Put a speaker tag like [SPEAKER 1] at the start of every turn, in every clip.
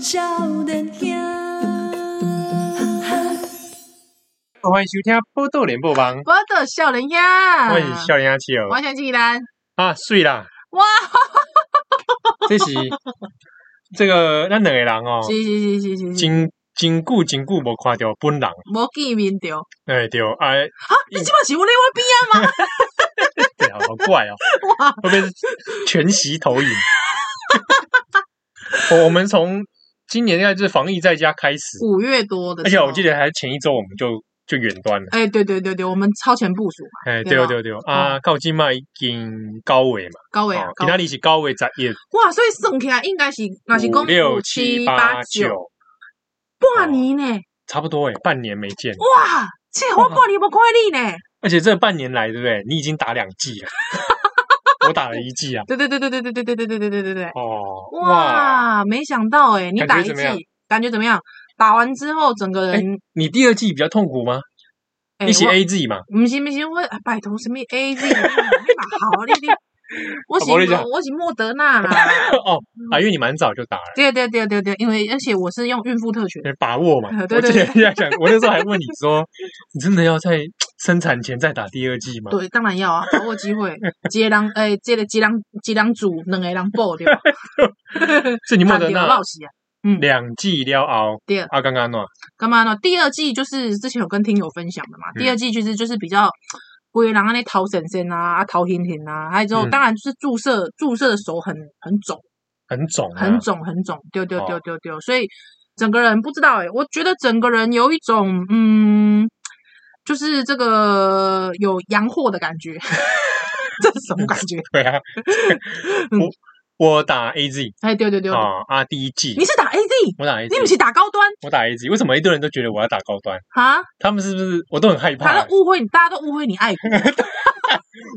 [SPEAKER 1] 少年兄。
[SPEAKER 2] 欢迎收听《波豆联播网》，
[SPEAKER 3] 我的少年兄，
[SPEAKER 2] 我是少年阿七
[SPEAKER 3] 我
[SPEAKER 2] 哦。
[SPEAKER 3] 想起来，
[SPEAKER 2] 啊，水啦，
[SPEAKER 3] 哇，
[SPEAKER 2] 这 是这个咱两个人哦，
[SPEAKER 3] 是是是是是，
[SPEAKER 2] 真真久真久无看到本人，
[SPEAKER 3] 无见面着，啊，
[SPEAKER 2] 哎对，哎，
[SPEAKER 3] 你即摆是我咧我边啊吗？
[SPEAKER 2] 对啊，好怪 哦，会不会是全息投影？ 我我们从今年应该就是防疫在家开始，
[SPEAKER 3] 五月多的，
[SPEAKER 2] 而且哎我记
[SPEAKER 3] 得，
[SPEAKER 2] 得还前一周我们就就远端了，
[SPEAKER 3] 哎，对对对对，我们超前部署嘛，
[SPEAKER 2] 哎对
[SPEAKER 3] 对吧
[SPEAKER 2] 对对，啊，到今嘛已经高位嘛，
[SPEAKER 3] 高伟啊
[SPEAKER 2] 哦，，
[SPEAKER 3] 高
[SPEAKER 2] 今仔日是高位十一
[SPEAKER 3] 哇，所以算起来应该是，若是讲
[SPEAKER 2] 五六七八九。。
[SPEAKER 3] 半年呢，
[SPEAKER 2] 差不多诶，欸半年没见，
[SPEAKER 3] 哇，切，我半年无看你呢，
[SPEAKER 2] 而且这半年来，对不对？你已经打两季 了，我打了一季啊。
[SPEAKER 3] 对对对对对对对对对对对对对对，
[SPEAKER 2] 哦，哇！
[SPEAKER 3] 哇，没想到哎，你
[SPEAKER 2] 感
[SPEAKER 3] 打
[SPEAKER 2] 觉
[SPEAKER 3] 一
[SPEAKER 2] 怎么样
[SPEAKER 3] 剂感觉怎么样？打完之后整个人，
[SPEAKER 2] 你第二季比较痛苦吗？
[SPEAKER 3] 哎
[SPEAKER 2] 你写
[SPEAKER 3] 我
[SPEAKER 2] A G 嘛？
[SPEAKER 3] 毋是毋是，我啊拜托什么 A Z，你嘛好你你，我是
[SPEAKER 2] 啊无你讲
[SPEAKER 3] 我是莫德纳啦。
[SPEAKER 2] 哦，
[SPEAKER 3] 嗯
[SPEAKER 2] 啊，因为你蛮早就打了，
[SPEAKER 3] 对对对对对，因为而且我是用孕妇特权，
[SPEAKER 2] 把握嘛。
[SPEAKER 3] 呃对对
[SPEAKER 2] 我记得你在讲，我那时候还问你说， 你真的要在生产前再打第二季吗？
[SPEAKER 3] 对，当然要啊，把握 机会，一个人诶，这个一人一人煮，两个人煲对吧？
[SPEAKER 2] 是 你莫德
[SPEAKER 3] 看到
[SPEAKER 2] 纳
[SPEAKER 3] 老死啊！
[SPEAKER 2] 两季了熬
[SPEAKER 3] 对，
[SPEAKER 2] 啊，刚刚喏，
[SPEAKER 3] 干嘛呢？第二季就是之前有跟听友分享的嘛，
[SPEAKER 2] 嗯
[SPEAKER 3] 第二季就是就是比较。规人安尼头神神啊，啊头甜甜啊，还有之后
[SPEAKER 2] 嗯
[SPEAKER 3] 当然就是注射注射的手很很肿，
[SPEAKER 2] 很肿啊，
[SPEAKER 3] 很肿很肿，丢丢丢
[SPEAKER 2] 哦
[SPEAKER 3] 丢丢，所以整个人不知道哎、我觉得整个人有一种嗯，就是这个有洋货的感觉， 这是什么感觉？
[SPEAKER 2] 对 啊。
[SPEAKER 3] 嗯
[SPEAKER 2] 我我打 A G
[SPEAKER 3] 哎，丢丢丢，
[SPEAKER 2] 啊啊，第一季
[SPEAKER 3] 你是打 AZ，
[SPEAKER 2] 我打 A
[SPEAKER 3] 你不是
[SPEAKER 2] G，
[SPEAKER 3] 打高端
[SPEAKER 2] 我打 A G，为什么一堆人都觉得我要打高端？
[SPEAKER 3] 啊？
[SPEAKER 2] 他们是不是我都很害
[SPEAKER 3] 大
[SPEAKER 2] 怕
[SPEAKER 3] 家？都误会你，大家都误会你爱国，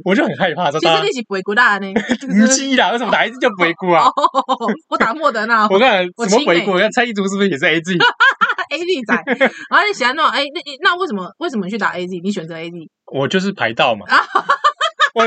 [SPEAKER 2] 我就很害怕，说
[SPEAKER 3] 其实
[SPEAKER 2] 他
[SPEAKER 3] 你是鬼鬼蛋呢。
[SPEAKER 2] 无稽啦，为什么打一次就鬼谷啊
[SPEAKER 3] 哦？，我打莫德纳，
[SPEAKER 2] 我看
[SPEAKER 3] 我
[SPEAKER 2] 什么
[SPEAKER 3] 亲
[SPEAKER 2] 鬼
[SPEAKER 3] 美
[SPEAKER 2] 谷？我看蔡依竹是不是也是 A G？
[SPEAKER 3] AZ 仔，然后你喜欢那种哎，那那为什么为什么你去打 AZ？你选择 AZ？
[SPEAKER 2] 我就是排到嘛。我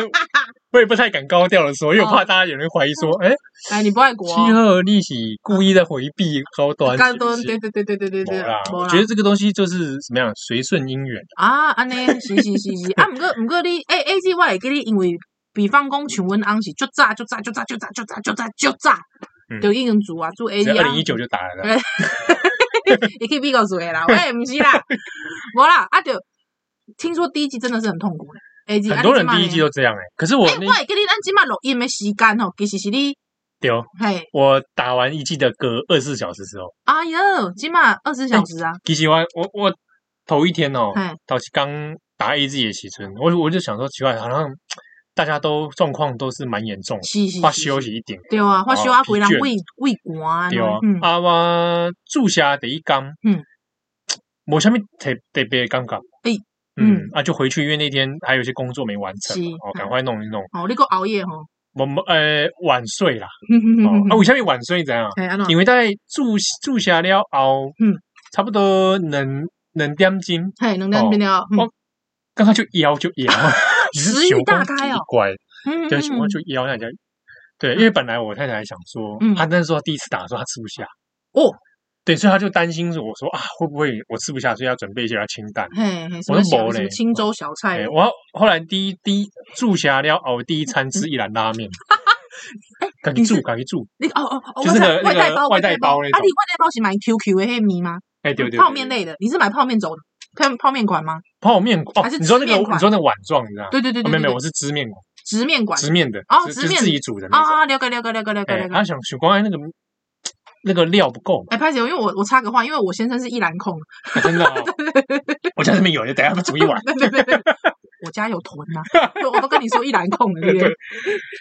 [SPEAKER 2] 我也不太敢高调的说，因为我
[SPEAKER 3] 哦
[SPEAKER 2] 怕大家有人怀疑说，哎，
[SPEAKER 3] 哎，你不爱国
[SPEAKER 2] 七
[SPEAKER 3] 哦，
[SPEAKER 2] 鹤利喜故意在回避高端
[SPEAKER 3] 高
[SPEAKER 2] 是不
[SPEAKER 3] 端，
[SPEAKER 2] 是，
[SPEAKER 3] 对对对对对对对
[SPEAKER 2] 没啦，，
[SPEAKER 3] 没
[SPEAKER 2] 我觉得这个东西就是怎么样，随顺因缘。
[SPEAKER 3] 啊， 安尼是是是是，啊，毋过毋过你 A A G 我会记你，因为比方讲像阮翁是足早足早足早足早足早足早足早
[SPEAKER 2] 嗯，
[SPEAKER 3] 就已经做啊，做 A
[SPEAKER 2] 在
[SPEAKER 3] G
[SPEAKER 2] 二
[SPEAKER 3] 啊，
[SPEAKER 2] 零一九就打了啦，
[SPEAKER 3] 你去比较做诶啦， 喂，毋是啦，无啦，啊就听说第一季真的是很痛苦咧，A G
[SPEAKER 2] 很多人第一季都这样哎。可是我
[SPEAKER 3] 哎，我
[SPEAKER 2] 那
[SPEAKER 3] 会啊记你咱即满录音诶时间吼，其实是你
[SPEAKER 2] 丢，
[SPEAKER 3] 嘿，
[SPEAKER 2] 我打完一季的隔二十四小时之后，
[SPEAKER 3] 哎哟，即满二十小时啊，
[SPEAKER 2] 其实我我我头一天哦，
[SPEAKER 3] 嘿，
[SPEAKER 2] 到刚打 A Z 的时阵，我我就想说奇怪，好像大家都状况都是蛮严重的，
[SPEAKER 3] 是是
[SPEAKER 2] 发
[SPEAKER 3] 是
[SPEAKER 2] 休
[SPEAKER 3] 是
[SPEAKER 2] 息一点。
[SPEAKER 3] 对啊，发烧
[SPEAKER 2] 哦
[SPEAKER 3] 啊，规人
[SPEAKER 2] 疲倦
[SPEAKER 3] 胃胃寒啊，
[SPEAKER 2] 对啊，
[SPEAKER 3] 嗯，
[SPEAKER 2] 啊我住下第一工，
[SPEAKER 3] 嗯，
[SPEAKER 2] 无啥物特特别的感觉，
[SPEAKER 3] 哎
[SPEAKER 2] 嗯
[SPEAKER 3] 嗯
[SPEAKER 2] 啊就回去，因为那天还有一些工作没完成嘛
[SPEAKER 3] 是，啊
[SPEAKER 2] 哦，赶快弄一弄。
[SPEAKER 3] 哦，你个熬夜吼，
[SPEAKER 2] 我们呃晚睡啦，哦，啊
[SPEAKER 3] 哦
[SPEAKER 2] 为，什么晚睡怎样？
[SPEAKER 3] 嘿，安怎？
[SPEAKER 2] 因为在住住下了后，
[SPEAKER 3] 嗯，
[SPEAKER 2] 差不多两两点钟，
[SPEAKER 3] 嘿，能量变了，嗯
[SPEAKER 2] 我刚刚就摇就 摇，
[SPEAKER 3] 食欲大开哦
[SPEAKER 2] 乖，
[SPEAKER 3] 嗯，
[SPEAKER 2] 对，
[SPEAKER 3] 嗯
[SPEAKER 2] 我
[SPEAKER 3] 嗯
[SPEAKER 2] 就邀大家。对，因为本来我太太想说，
[SPEAKER 3] 嗯
[SPEAKER 2] 她那时候她第一次打的时候她吃不下，
[SPEAKER 3] 哦，
[SPEAKER 2] 对，所以她就担心说，我说啊会不会我吃不下，所以要准备一些要清淡。
[SPEAKER 3] 嘿，嘿什
[SPEAKER 2] 我
[SPEAKER 3] 么
[SPEAKER 2] 都
[SPEAKER 3] 小
[SPEAKER 2] 没
[SPEAKER 3] 什
[SPEAKER 2] 嘞
[SPEAKER 3] 么青州小菜
[SPEAKER 2] 哎，，我后来第一第一住下了哦，第一餐吃一兰拉 面，赶紧
[SPEAKER 3] 你是
[SPEAKER 2] 住，赶紧住，
[SPEAKER 3] 那个哦哦哦，
[SPEAKER 2] 就是那个
[SPEAKER 3] 外带
[SPEAKER 2] 那
[SPEAKER 3] 外带
[SPEAKER 2] 个
[SPEAKER 3] 包
[SPEAKER 2] 外带包那种
[SPEAKER 3] 啊，你外带包是买 QQ 的黑米吗？
[SPEAKER 2] 哎，对对，对
[SPEAKER 3] 泡面类的，你是买泡面走的泡泡面馆吗？
[SPEAKER 2] 泡面哦
[SPEAKER 3] 还，是
[SPEAKER 2] 你说那
[SPEAKER 3] 吃面
[SPEAKER 2] 个
[SPEAKER 3] 馆
[SPEAKER 2] 你说那个碗状，你知道吗？
[SPEAKER 3] 对对对
[SPEAKER 2] 哦
[SPEAKER 3] 对，
[SPEAKER 2] 没有没有，
[SPEAKER 3] 对
[SPEAKER 2] 我是直面馆
[SPEAKER 3] 直面馆
[SPEAKER 2] 直面的，
[SPEAKER 3] 哦
[SPEAKER 2] 就
[SPEAKER 3] 直
[SPEAKER 2] 就是
[SPEAKER 3] 面
[SPEAKER 2] 自己煮的那种。
[SPEAKER 3] 啊，了解了解了解了解
[SPEAKER 2] 哎
[SPEAKER 3] 了，解。
[SPEAKER 2] 她想许光安那个那个料不够嘛，
[SPEAKER 3] 哎，拍姐，因为我我插个话，因为我先生是一兰控，
[SPEAKER 2] 哎真的哦，我家那边有，就等下煮一碗。
[SPEAKER 3] 对对对对，我家有囤呐，我我都跟你说一兰控了，对不对？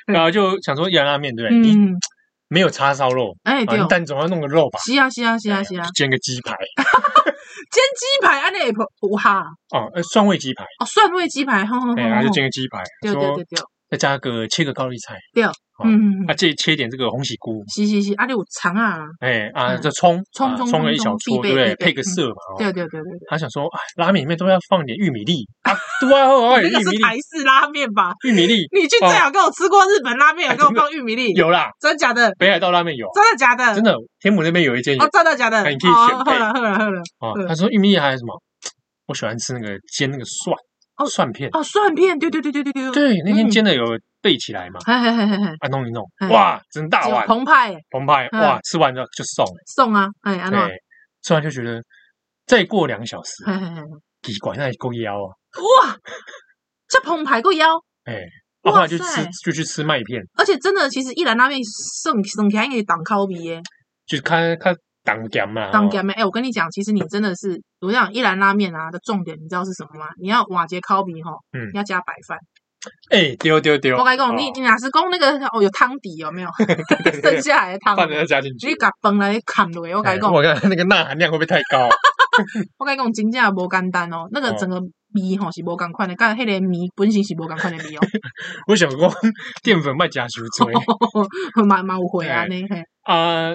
[SPEAKER 2] 然后就想说一兰拉面，对不对？你
[SPEAKER 3] 嗯，
[SPEAKER 2] 没有叉烧肉，
[SPEAKER 3] 哎
[SPEAKER 2] 啊
[SPEAKER 3] 对哦
[SPEAKER 2] 你，哎但总要弄个肉吧？
[SPEAKER 3] 是啊是啊是啊是啊
[SPEAKER 2] 就，煎个鸡排
[SPEAKER 3] 煎鸡排安内不哈
[SPEAKER 2] 哦，呃蒜味鸡排，
[SPEAKER 3] 哦，蒜味鸡排，吼吼吼，
[SPEAKER 2] 哎，然后就
[SPEAKER 3] 吼
[SPEAKER 2] 煎个鸡排，
[SPEAKER 3] 对对
[SPEAKER 2] 说
[SPEAKER 3] 对对，
[SPEAKER 2] 再加个切个高丽菜，
[SPEAKER 3] 对
[SPEAKER 2] 哦，哦
[SPEAKER 3] 嗯，
[SPEAKER 2] 啊，这切一点这个红喜菇，
[SPEAKER 3] 是是是，啊，你有肠啊，
[SPEAKER 2] 哎啊，
[SPEAKER 3] 嗯
[SPEAKER 2] 这葱
[SPEAKER 3] 葱
[SPEAKER 2] 啊
[SPEAKER 3] 葱
[SPEAKER 2] 葱
[SPEAKER 3] 葱
[SPEAKER 2] 了一小
[SPEAKER 3] 葱必
[SPEAKER 2] 撮，对不
[SPEAKER 3] 备
[SPEAKER 2] 对？
[SPEAKER 3] 必备
[SPEAKER 2] 配个
[SPEAKER 3] 嗯
[SPEAKER 2] 色嘛，哦
[SPEAKER 3] 对对对对对，
[SPEAKER 2] 他想说，哎，拉面里面都要放点玉米粒啊，对啊，哦哎
[SPEAKER 3] 你
[SPEAKER 2] 玉
[SPEAKER 3] 那个
[SPEAKER 2] 米
[SPEAKER 3] 是
[SPEAKER 2] 粒
[SPEAKER 3] 台，式拉面吧？
[SPEAKER 2] 玉米粒
[SPEAKER 3] 你去最好给我吃过日本拉面，有给我放玉米粒，
[SPEAKER 2] 有啦，
[SPEAKER 3] 真假的？
[SPEAKER 2] 北海道拉面有，
[SPEAKER 3] 真的假的？
[SPEAKER 2] 真的，天母那边有一间有
[SPEAKER 3] 哦，真的假的？
[SPEAKER 2] 哎你可以选
[SPEAKER 3] 哦，
[SPEAKER 2] 配
[SPEAKER 3] 喝了喝了喝了，
[SPEAKER 2] 啊
[SPEAKER 3] 嗯。
[SPEAKER 2] 他说玉米粒还有什么？我喜欢吃那个煎那个蒜
[SPEAKER 3] 哦
[SPEAKER 2] 蒜片，
[SPEAKER 3] 哦，蒜片，对对对对对对，
[SPEAKER 2] 对，那天
[SPEAKER 3] 嗯
[SPEAKER 2] 煎的有备起来嘛，
[SPEAKER 3] 嘿嘿嘿嘿嘿，
[SPEAKER 2] 啊弄一弄
[SPEAKER 3] 嗯，
[SPEAKER 2] 哇，整大
[SPEAKER 3] 有
[SPEAKER 2] 碗
[SPEAKER 3] 澎湃欸
[SPEAKER 2] 澎湃，
[SPEAKER 3] 嗯
[SPEAKER 2] 哇，吃完了就送，
[SPEAKER 3] 送啊，哎，安诺，
[SPEAKER 2] 对，吃完就觉得再过两个小时，
[SPEAKER 3] 嘿嘿嘿，
[SPEAKER 2] 奇怪，那也够腰啊，
[SPEAKER 3] 哇，这澎湃够腰，
[SPEAKER 2] 哎，
[SPEAKER 3] 哇
[SPEAKER 2] 啊后来就吃
[SPEAKER 3] 塞
[SPEAKER 2] 就去吃麦片，
[SPEAKER 3] 而且真的，其实一兰拉面剩剩起来应该挡烤鼻耶，
[SPEAKER 2] 就是看看当咸嘛，
[SPEAKER 3] 挡
[SPEAKER 2] 哦
[SPEAKER 3] 干面。哎，我跟你讲，其实你真的是，我想一兰拉面啊的重点，你知道是什么吗？你要瓦杰烤鼻吼，
[SPEAKER 2] 嗯
[SPEAKER 3] 你要加白饭。
[SPEAKER 2] 哎，丢丢丢，
[SPEAKER 3] 我跟你讲，你
[SPEAKER 2] 哦
[SPEAKER 3] 你哪是讲那个哦有汤底有 没有？剩下来的汤
[SPEAKER 2] 饭，都要加进去。
[SPEAKER 3] 你把饭来砍落，我跟你讲
[SPEAKER 2] 哎，我看那个钠含量会不会太 高？
[SPEAKER 3] 我跟你讲，真正无简单哦，那个整个米吼是无共款的，甲迄个米本身是无共款的米哦。
[SPEAKER 2] 我想讲淀粉卖加修追
[SPEAKER 3] 蛮蛮有回啊，
[SPEAKER 2] 哎
[SPEAKER 3] 那嘿，
[SPEAKER 2] 啊，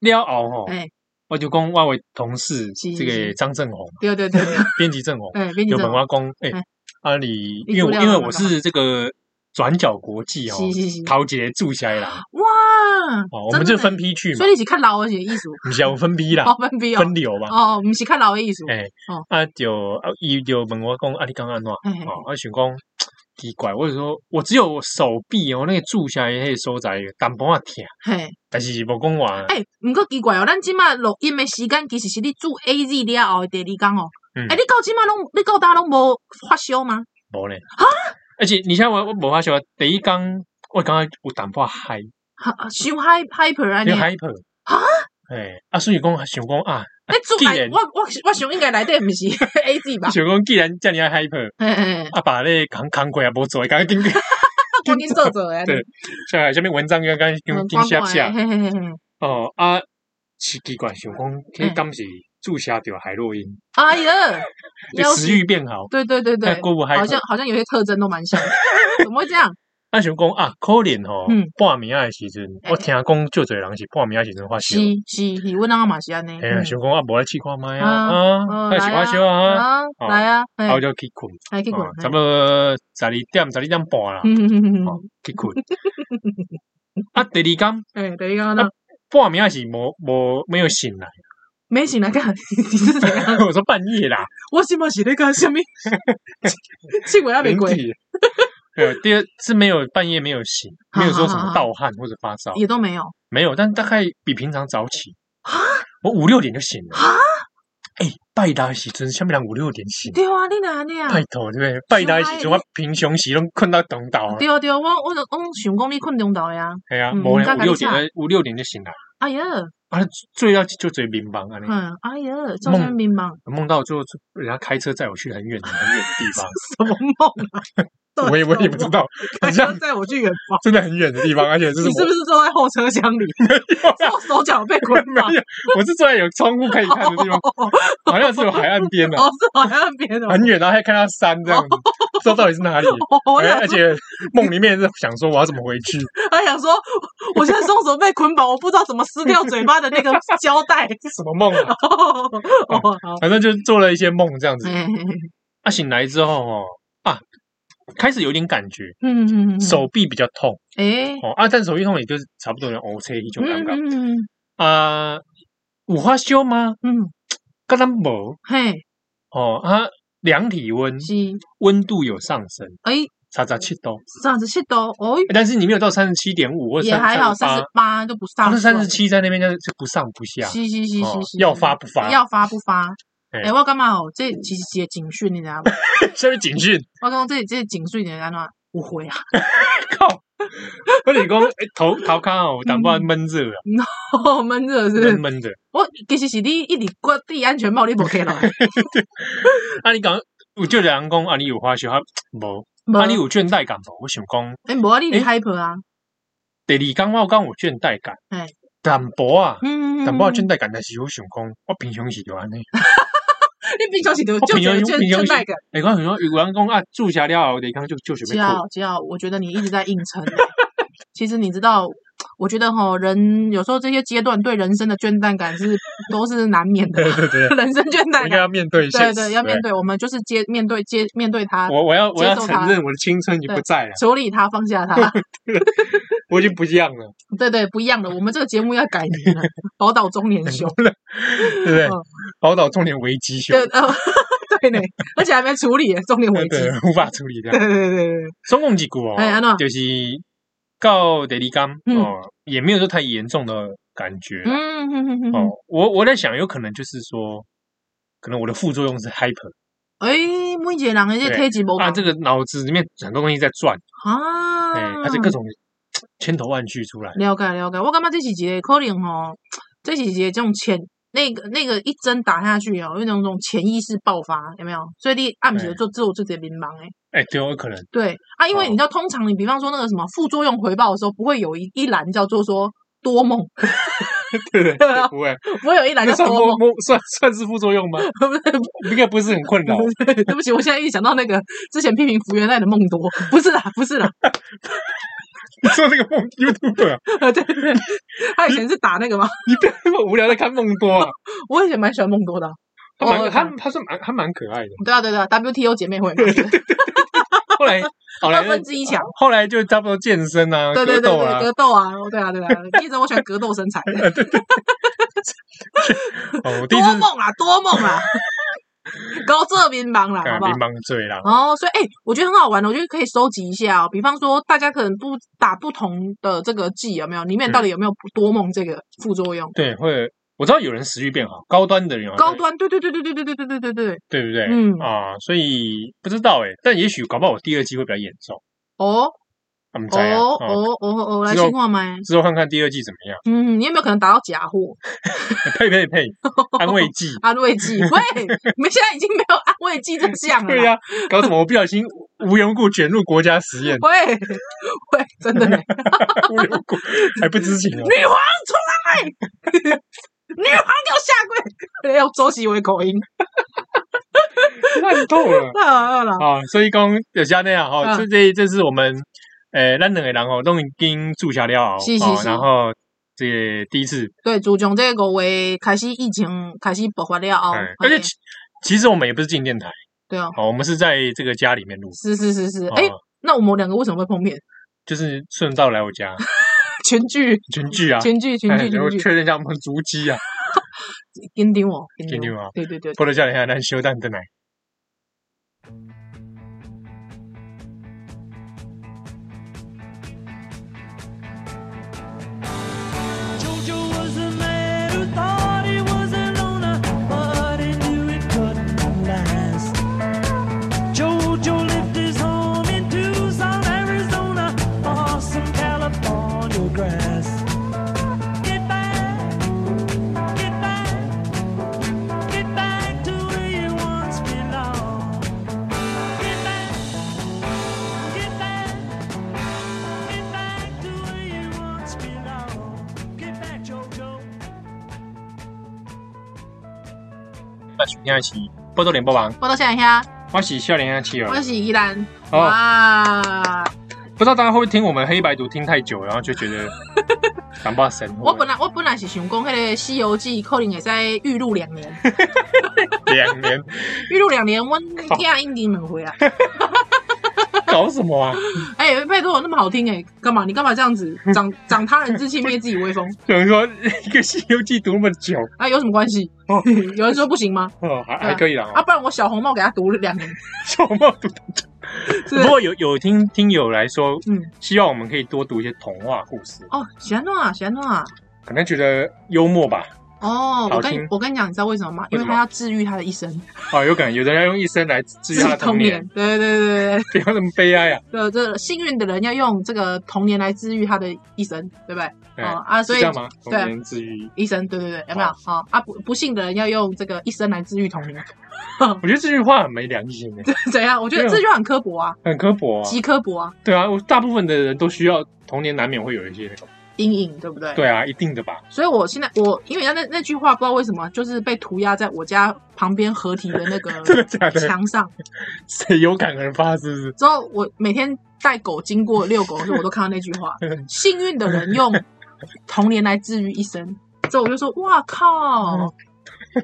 [SPEAKER 2] 了后吼
[SPEAKER 3] 哎，
[SPEAKER 2] 我就讲我位同事
[SPEAKER 3] 是
[SPEAKER 2] 这
[SPEAKER 3] 是
[SPEAKER 2] 个张正宏，
[SPEAKER 3] 对对对对，
[SPEAKER 2] 编辑正宏，
[SPEAKER 3] 哎，编辑
[SPEAKER 2] 有本
[SPEAKER 3] 长，
[SPEAKER 2] 我讲，哎
[SPEAKER 3] 哎，
[SPEAKER 2] 啊你，
[SPEAKER 3] 你
[SPEAKER 2] 因为
[SPEAKER 3] 做
[SPEAKER 2] 我
[SPEAKER 3] 了
[SPEAKER 2] 因为
[SPEAKER 3] 吗
[SPEAKER 2] 我是这个转角国际哦，
[SPEAKER 3] 是是是，
[SPEAKER 2] 桃姐住下来啦，
[SPEAKER 3] 哇，
[SPEAKER 2] 哦，我们就
[SPEAKER 3] 真的欸
[SPEAKER 2] 分批去嘛
[SPEAKER 3] 所，以你是看老的是艺术，
[SPEAKER 2] 不 是啊，我分批啦
[SPEAKER 3] 哦，，分批哦，
[SPEAKER 2] 分流嘛，
[SPEAKER 3] 哦，不是看老的艺术，
[SPEAKER 2] 哎
[SPEAKER 3] 哦，
[SPEAKER 2] 啊就啊伊就问我讲，啊你刚刚安怎？
[SPEAKER 3] 嘿嘿
[SPEAKER 2] 哦，我想讲奇怪，我就说我只有手臂哦，那个住下来迄个所在有淡薄仔疼，
[SPEAKER 3] 嘿，
[SPEAKER 2] 但是无讲完。
[SPEAKER 3] 哎，不过奇怪哦，咱即马录音的时间其实是你做 A Z 了后的第二天哦，
[SPEAKER 2] 嗯
[SPEAKER 3] 哎，你到即马拢，你到搭拢无发烧吗？
[SPEAKER 2] 无咧。
[SPEAKER 3] 啊
[SPEAKER 2] 而且你像我，我无法想，第一工我感觉有淡薄仔嗨，
[SPEAKER 3] 哈伤 high hyper 啊
[SPEAKER 2] 有
[SPEAKER 3] 你。
[SPEAKER 2] hyper。
[SPEAKER 3] 啊？
[SPEAKER 2] 哎，啊，所以讲想讲啊，
[SPEAKER 3] 你做
[SPEAKER 2] 既
[SPEAKER 3] 来，
[SPEAKER 2] 然
[SPEAKER 3] 我我我想应该来底毋是 A Z 吧？
[SPEAKER 2] 想讲既然遮尔啊 hyper，
[SPEAKER 3] 嘿嘿，嘿
[SPEAKER 2] 啊，把那扛扛过也无做，刚刚 经
[SPEAKER 3] 赶紧做做诶，
[SPEAKER 2] 对下来下面文章刚刚
[SPEAKER 3] 嗯
[SPEAKER 2] 经经写
[SPEAKER 3] 诶，
[SPEAKER 2] 写
[SPEAKER 3] 嘿嘿嘿嘿。
[SPEAKER 2] 哦啊，是奇怪，想讲迄
[SPEAKER 3] 嗯
[SPEAKER 2] 敢是注射着海洛因，
[SPEAKER 3] 哎 呀，
[SPEAKER 2] 对
[SPEAKER 3] 要
[SPEAKER 2] 食欲变好，
[SPEAKER 3] 对对对对
[SPEAKER 2] 哎，过不
[SPEAKER 3] 好
[SPEAKER 2] hyper
[SPEAKER 3] 像。好像有些特征都蛮 像的，怎么会这样？
[SPEAKER 2] 啊，想讲啊，可怜吼
[SPEAKER 3] 嗯，
[SPEAKER 2] 半暝仔的时阵，
[SPEAKER 3] 哎
[SPEAKER 2] 我听讲就侪人是半暝仔的时阵发
[SPEAKER 3] 是
[SPEAKER 2] 烧。
[SPEAKER 3] 是是，阮阿嘛是安尼。
[SPEAKER 2] 哎呀，
[SPEAKER 3] 嗯
[SPEAKER 2] 想讲啊，无来试看卖啊，
[SPEAKER 3] 啊
[SPEAKER 2] 啊，
[SPEAKER 3] 哦
[SPEAKER 2] 开始发烧啊，
[SPEAKER 3] 啊，
[SPEAKER 2] 哦
[SPEAKER 3] 来啊，嘿
[SPEAKER 2] 啊，我就去困，
[SPEAKER 3] 来去
[SPEAKER 2] 啊
[SPEAKER 3] 滚，
[SPEAKER 2] 差不多十二点、十二点半啦，
[SPEAKER 3] 嗯嗯嗯嗯嗯
[SPEAKER 2] 哦去困。啊，第二天
[SPEAKER 3] 哎，等于刚刚那
[SPEAKER 2] 半暝仔是无无没有醒来，
[SPEAKER 3] 没醒来干，你是怎样？
[SPEAKER 2] 我说半夜啦，
[SPEAKER 3] 我是不是在干什么？ 气鬼还没
[SPEAKER 2] 人
[SPEAKER 3] 鬼，
[SPEAKER 2] 体。 没有，第二是没有半夜没有醒，没有说什
[SPEAKER 3] 好好
[SPEAKER 2] 么
[SPEAKER 3] 好
[SPEAKER 2] 盗汗或者发烧，
[SPEAKER 3] 也都没有
[SPEAKER 2] 没有，但大概比平常早起
[SPEAKER 3] 啊。
[SPEAKER 2] 我五六点就醒了。
[SPEAKER 3] 啊？
[SPEAKER 2] 哎，拜六的时阵，下面人五六点醒。
[SPEAKER 3] 对啊，你哪安尼啊？啊
[SPEAKER 2] 拜托，对不对？拜六的时阵，我平常时拢困到中昼啊，
[SPEAKER 3] 对啊对啊，我我就我想讲你困中昼呀，
[SPEAKER 2] 系啊，
[SPEAKER 3] 嗯
[SPEAKER 2] 无咧
[SPEAKER 3] 刚
[SPEAKER 2] 五
[SPEAKER 3] 刚
[SPEAKER 2] 六
[SPEAKER 3] 下
[SPEAKER 2] 点，呃五六点就醒来，
[SPEAKER 3] 哎呀，
[SPEAKER 2] 啊，醉到就嘴迷茫啊，尼
[SPEAKER 3] 嗯，哎呀，中山迷茫，
[SPEAKER 2] 梦到最后人家开车载我去很远很远的地 方，？
[SPEAKER 3] 什么梦啊
[SPEAKER 2] 我也我也不知道，好像
[SPEAKER 3] 带哎我去远方。
[SPEAKER 2] 真的很远的地方，而且就是
[SPEAKER 3] 你是不
[SPEAKER 2] 我
[SPEAKER 3] 是坐在后车厢 里？
[SPEAKER 2] 啊
[SPEAKER 3] 我手脚被捆
[SPEAKER 2] 没
[SPEAKER 3] 绑？
[SPEAKER 2] 有， 我是坐在有窗户可以看的 地方，好像是有哎海岸边的，啊
[SPEAKER 3] 哦，是好像别的。哦
[SPEAKER 2] 很远，然后还看到山这样子，不知道到底是哪里。
[SPEAKER 3] 我
[SPEAKER 2] 哎
[SPEAKER 3] 想
[SPEAKER 2] 而，且梦里面是想说我要怎么回 去，
[SPEAKER 3] 还想说，我现在双手被捆绑，我不知道怎么撕掉嘴巴的那个胶带。
[SPEAKER 2] 这什么梦啊？
[SPEAKER 3] 哦，好，
[SPEAKER 2] 反正就做了一些梦这样子。
[SPEAKER 3] 哎，
[SPEAKER 2] 啊，醒来之后哦，啊，开始有点感觉，
[SPEAKER 3] 嗯，
[SPEAKER 2] 手臂比较痛
[SPEAKER 3] 哎，
[SPEAKER 2] 哦啊，但手臂痛也就是差不多有 O C 一种感觉
[SPEAKER 3] 嗯
[SPEAKER 2] 啊。五花修吗？
[SPEAKER 3] 嗯，
[SPEAKER 2] 刚刚无
[SPEAKER 3] 嘿，
[SPEAKER 2] 哦啊，量体温，
[SPEAKER 3] 是，
[SPEAKER 2] 温度有上升，
[SPEAKER 3] 哎，
[SPEAKER 2] 差差七度，
[SPEAKER 3] 三十七度，哦，
[SPEAKER 2] 但是你没有到三十七点五或
[SPEAKER 3] 也
[SPEAKER 2] 三
[SPEAKER 3] 还好，三
[SPEAKER 2] 三
[SPEAKER 3] 十八就不上，
[SPEAKER 2] 八，三十，七在那边就是不上不下，
[SPEAKER 3] 啊是是是
[SPEAKER 2] 哦
[SPEAKER 3] 是是，
[SPEAKER 2] 要发不发？
[SPEAKER 3] 要发不发？
[SPEAKER 2] 嘿
[SPEAKER 3] 哎，我干嘛哦？这其实是个警讯，你知道 吗？
[SPEAKER 2] 下面警讯，
[SPEAKER 3] 我讲这这警讯，你知道吗？误会啊！
[SPEAKER 2] 靠！我你讲哎头头壳哦，有淡薄仔闷 热啊，
[SPEAKER 3] 我闷热是不
[SPEAKER 2] 闷
[SPEAKER 3] 是？
[SPEAKER 2] 闷的。
[SPEAKER 3] 我其实是你一直挂戴安全帽，你无开了。
[SPEAKER 2] 啊，你讲有就人讲啊，你有花修啊，无
[SPEAKER 3] 无
[SPEAKER 2] 啊，你有倦怠感无？我想讲。
[SPEAKER 3] 哎，无啊，你
[SPEAKER 2] 哎
[SPEAKER 3] hyper 啊？
[SPEAKER 2] 第二讲我讲有倦怠感，
[SPEAKER 3] 哎
[SPEAKER 2] 淡薄啊，
[SPEAKER 3] 嗯，
[SPEAKER 2] 淡薄仔倦怠感，但是我想讲，我平常时就安尼。
[SPEAKER 3] 你平常是就
[SPEAKER 2] 我
[SPEAKER 3] 就
[SPEAKER 2] 哦平常
[SPEAKER 3] 就
[SPEAKER 2] 时
[SPEAKER 3] 就
[SPEAKER 2] 我平常
[SPEAKER 3] 就
[SPEAKER 2] 时
[SPEAKER 3] 那个。
[SPEAKER 2] 哎，我想说有人讲啊，住下了后，第二讲就就想
[SPEAKER 3] 只
[SPEAKER 2] 要
[SPEAKER 3] 要
[SPEAKER 2] 哭。
[SPEAKER 3] 只要，我觉得你一直在硬撑。其啊 其实你知道，我觉得哈，人有时候这些阶段对人生的倦怠感是都是难免的
[SPEAKER 2] 对
[SPEAKER 3] 嘛，
[SPEAKER 2] 对对，
[SPEAKER 3] 人生倦
[SPEAKER 2] 我
[SPEAKER 3] 怠
[SPEAKER 2] 应该
[SPEAKER 3] 感，
[SPEAKER 2] 要面对现
[SPEAKER 3] 对
[SPEAKER 2] 实，
[SPEAKER 3] 对，要面对，我们就是接面对接面对它，
[SPEAKER 2] 我我要我要
[SPEAKER 3] 接受它
[SPEAKER 2] 承认我的青春已经不
[SPEAKER 3] 对
[SPEAKER 2] 在了，
[SPEAKER 3] 处理它，放下它，
[SPEAKER 2] 我已经不一样了，
[SPEAKER 3] 对对，不一样的，我们这个节目要改名了，宝岛中年秀，
[SPEAKER 2] 对不对
[SPEAKER 3] 嗯？
[SPEAKER 2] 宝岛重点危机秀
[SPEAKER 3] 对，呃， 对呢，而且还没处理中年危机，
[SPEAKER 2] 对，无法处理
[SPEAKER 3] 对
[SPEAKER 2] 的。
[SPEAKER 3] 对对对对，
[SPEAKER 2] 总共几股哦
[SPEAKER 3] 哎安怎，
[SPEAKER 2] 就是到第二缸
[SPEAKER 3] 嗯
[SPEAKER 2] 哦，也没有说太严重的感觉啦
[SPEAKER 3] 嗯哼哼哼
[SPEAKER 2] 哦
[SPEAKER 3] 哼，。
[SPEAKER 2] 我我在想，有可能就是说，可能我的副作用是 hyper
[SPEAKER 3] 诶，每一个人的这个体质无
[SPEAKER 2] 啊，这
[SPEAKER 3] 个
[SPEAKER 2] 个脑子里面很多东西在转，
[SPEAKER 3] 啊，
[SPEAKER 2] 哎，它是各种千头万绪出来。
[SPEAKER 3] 了解了解，我感觉这是一个可能吼，这是一个这种潜那个那个一针打下去哦，有那种潜意识爆发，有没有？所以你暗时
[SPEAKER 2] 对
[SPEAKER 3] 就自我自己迷茫诶。
[SPEAKER 2] 哎，对哦，有可能
[SPEAKER 3] 对啊，因为
[SPEAKER 2] 哦
[SPEAKER 3] 你知道，通常你比方说那个什么副作用回报的时候，不会有一一栏叫做说多梦，
[SPEAKER 2] 对不
[SPEAKER 3] 对啊
[SPEAKER 2] 对？不 会，
[SPEAKER 3] 不会有一栏
[SPEAKER 2] 那
[SPEAKER 3] 叫
[SPEAKER 2] 算
[SPEAKER 3] 多
[SPEAKER 2] 摸
[SPEAKER 3] 梦。
[SPEAKER 2] 摸算算是副作 用吗？
[SPEAKER 3] 不是
[SPEAKER 2] 应该不是很困扰，
[SPEAKER 3] 对不起，我现在一想到那个之前批评福原爱的梦多， 不是啦，不是啦，
[SPEAKER 2] 你说那个梦 YouTube，啊
[SPEAKER 3] 对对对，他以前是打那个吗？
[SPEAKER 2] 你不要那么无聊的看梦多啊，
[SPEAKER 3] 我以前蛮喜欢梦多的啊、
[SPEAKER 2] 他蛮
[SPEAKER 3] 哦
[SPEAKER 2] 他他是蛮他蛮可爱的。
[SPEAKER 3] 对啊对啊对啊，WTO 姐妹会嘛，
[SPEAKER 2] 后来后来
[SPEAKER 3] 二分之一强。
[SPEAKER 2] 后来就差不多健身啊，
[SPEAKER 3] 对
[SPEAKER 2] 格
[SPEAKER 3] 对对
[SPEAKER 2] 斗
[SPEAKER 3] 对，
[SPEAKER 2] 啊，
[SPEAKER 3] 格斗啊，对啊对啊，一直我喜欢格斗身 材，
[SPEAKER 2] 哦，我第
[SPEAKER 3] 多
[SPEAKER 2] 一次
[SPEAKER 3] 梦啦，多梦啦，高这边忙 啦，好
[SPEAKER 2] 哎
[SPEAKER 3] 不好
[SPEAKER 2] 乒？乓醉啦，
[SPEAKER 3] 哦，所以哎、我觉得很好玩的，我觉得可以收集一下哦。比方说，大家可能不打不同的这个剂有没有？里面到底有没有
[SPEAKER 2] 嗯
[SPEAKER 3] 多梦这个副作用？
[SPEAKER 2] 对，或者我知道有人食欲变好，高端的人好像
[SPEAKER 3] 高端，对对对对对对对对对对对。
[SPEAKER 2] 对不对？
[SPEAKER 3] 嗯
[SPEAKER 2] 啊，所以不知道哎，但也许搞不好我第二季会比较严重，
[SPEAKER 3] 哦
[SPEAKER 2] 他们
[SPEAKER 3] 哦
[SPEAKER 2] 猜啊，哦
[SPEAKER 3] 哦哦哦，来
[SPEAKER 2] 之后
[SPEAKER 3] 情况吗？
[SPEAKER 2] 之后看看第二季怎么样，
[SPEAKER 3] 嗯，你有没有可能打到假货、。
[SPEAKER 2] 呸呸呸，安慰剂
[SPEAKER 3] 安慰剂？喂，你们现在已经没有安慰剂这项了啦。，
[SPEAKER 2] 对呀、搞什么？我不小心无缘无故卷入国家实验
[SPEAKER 3] 喂 喂，真的呢，
[SPEAKER 2] 无缘无故还不知 情哦。
[SPEAKER 3] 女皇出来！女皇给我下
[SPEAKER 2] 啊
[SPEAKER 3] 跪！要周习为口音，
[SPEAKER 2] 烂透了
[SPEAKER 3] 饿了饿了。
[SPEAKER 2] 啊！所以讲有像那样吼，
[SPEAKER 3] 嗯
[SPEAKER 2] 这这这是我们诶，咱两个人吼都已经住下了，
[SPEAKER 3] 是是
[SPEAKER 2] 哦
[SPEAKER 3] 是
[SPEAKER 2] 然后这个第一次，
[SPEAKER 3] 对，自从这个五月开始疫情开始爆发了后，
[SPEAKER 2] 哎而且
[SPEAKER 3] 嘿
[SPEAKER 2] 其其实我们也不是进电台，
[SPEAKER 3] 对哦，
[SPEAKER 2] 哦，我们是在这个家里面录，
[SPEAKER 3] 是是是是，
[SPEAKER 2] 哦
[SPEAKER 3] 哎，那我们两个为什么会碰面？
[SPEAKER 2] 就是顺道来我家
[SPEAKER 3] 群聚，
[SPEAKER 2] 群聚啊，
[SPEAKER 3] 群聚，群
[SPEAKER 2] 哎
[SPEAKER 3] 聚，
[SPEAKER 2] 我
[SPEAKER 3] 群聚，
[SPEAKER 2] 确认一下我们足迹 啊，
[SPEAKER 3] 紧张哦，紧
[SPEAKER 2] 紧
[SPEAKER 3] 张
[SPEAKER 2] 张哦
[SPEAKER 3] 对对对，
[SPEAKER 2] 或者叫你下咱小蛋的奶。
[SPEAKER 1] Jojo was a man who thought he was a loner, but he knew it couldn't last. Jojo left his home in Tucson, Arizona, on some California grass. Get back, get back, get back to where you once belonged. Get back, get back. Get back to where you once belonged. Get back, Jojo.
[SPEAKER 2] 那今天是波多连播王，
[SPEAKER 3] 我到想一下，
[SPEAKER 2] 我是笑脸阿七
[SPEAKER 3] 我
[SPEAKER 2] 儿。
[SPEAKER 3] 是依兰，
[SPEAKER 2] 哦
[SPEAKER 3] 哇！
[SPEAKER 2] 不知道大家会不会听我们黑白读听太久，然后就觉 得感冒神。
[SPEAKER 3] 我本来我本来是想讲，迄个《西游记》可能会使预录两 年，
[SPEAKER 2] 两年
[SPEAKER 3] 预录两年，我听应经两回啊。
[SPEAKER 2] 搞什么啊？
[SPEAKER 3] 哎、拜托，那么好听哎、干嘛？你干嘛这 样子？长长他人志气，灭自己威风
[SPEAKER 2] 有人说一个《西游记》读那么久，
[SPEAKER 3] 啊？有什么关系？
[SPEAKER 2] 哦
[SPEAKER 3] 有人说不行吗？
[SPEAKER 2] 哦，还
[SPEAKER 3] 对啊
[SPEAKER 2] 还可以啦。
[SPEAKER 3] 啊，不然我小红帽给他读了两年，
[SPEAKER 2] 小帽读得
[SPEAKER 3] 是
[SPEAKER 2] 不过有有听听友来说，
[SPEAKER 3] 嗯，
[SPEAKER 2] 希望我们可以多读一些童话故事，
[SPEAKER 3] 哦，喜欢诺啊，喜欢诺啊。
[SPEAKER 2] 可能觉得幽默 吧。
[SPEAKER 3] 哦，我
[SPEAKER 2] 好
[SPEAKER 3] 跟你
[SPEAKER 2] 听
[SPEAKER 3] 我跟你讲，你知道为什么吗？因
[SPEAKER 2] 为什
[SPEAKER 3] 为
[SPEAKER 2] 么
[SPEAKER 3] 他要治愈他的一生，
[SPEAKER 2] 啊，有可能有的人要用一生来治愈他的童 年，。
[SPEAKER 3] 对对对对
[SPEAKER 2] 不要那么悲哀啊。
[SPEAKER 3] 对， 这这幸运的人要用这个童年来治愈他的一生，对不对？
[SPEAKER 2] 哎
[SPEAKER 3] 哦啊，所
[SPEAKER 2] 是
[SPEAKER 3] 以
[SPEAKER 2] 这样吗？童
[SPEAKER 3] 对
[SPEAKER 2] 年治愈，
[SPEAKER 3] 一生，对对对，有没有？哦啊，不不幸的人要用这个一生来治愈童年，
[SPEAKER 2] 我觉得这句话很没良心的，
[SPEAKER 3] 怎样？我觉得
[SPEAKER 2] 对啊
[SPEAKER 3] 这就很刻薄啊，
[SPEAKER 2] 很刻薄啊。
[SPEAKER 3] 极刻薄啊，
[SPEAKER 2] 对啊，我大部分的人都需要童年难免会有一些那种，
[SPEAKER 3] 阴影，对不对？
[SPEAKER 2] 对啊，一定的吧。
[SPEAKER 3] 所以我现在我因为那那句话不知道为什么就是被涂鸦在我家旁边合体的那
[SPEAKER 2] 真
[SPEAKER 3] 个
[SPEAKER 2] 的假的？
[SPEAKER 3] 墙上，
[SPEAKER 2] 谁有感而发是不是？
[SPEAKER 3] 之后我每天带狗经过遛狗的时候，我都看到那句 话：
[SPEAKER 2] 嗯
[SPEAKER 3] 幸运的人用童年来治愈一生。之后我就说：哇
[SPEAKER 2] 哦
[SPEAKER 3] 靠！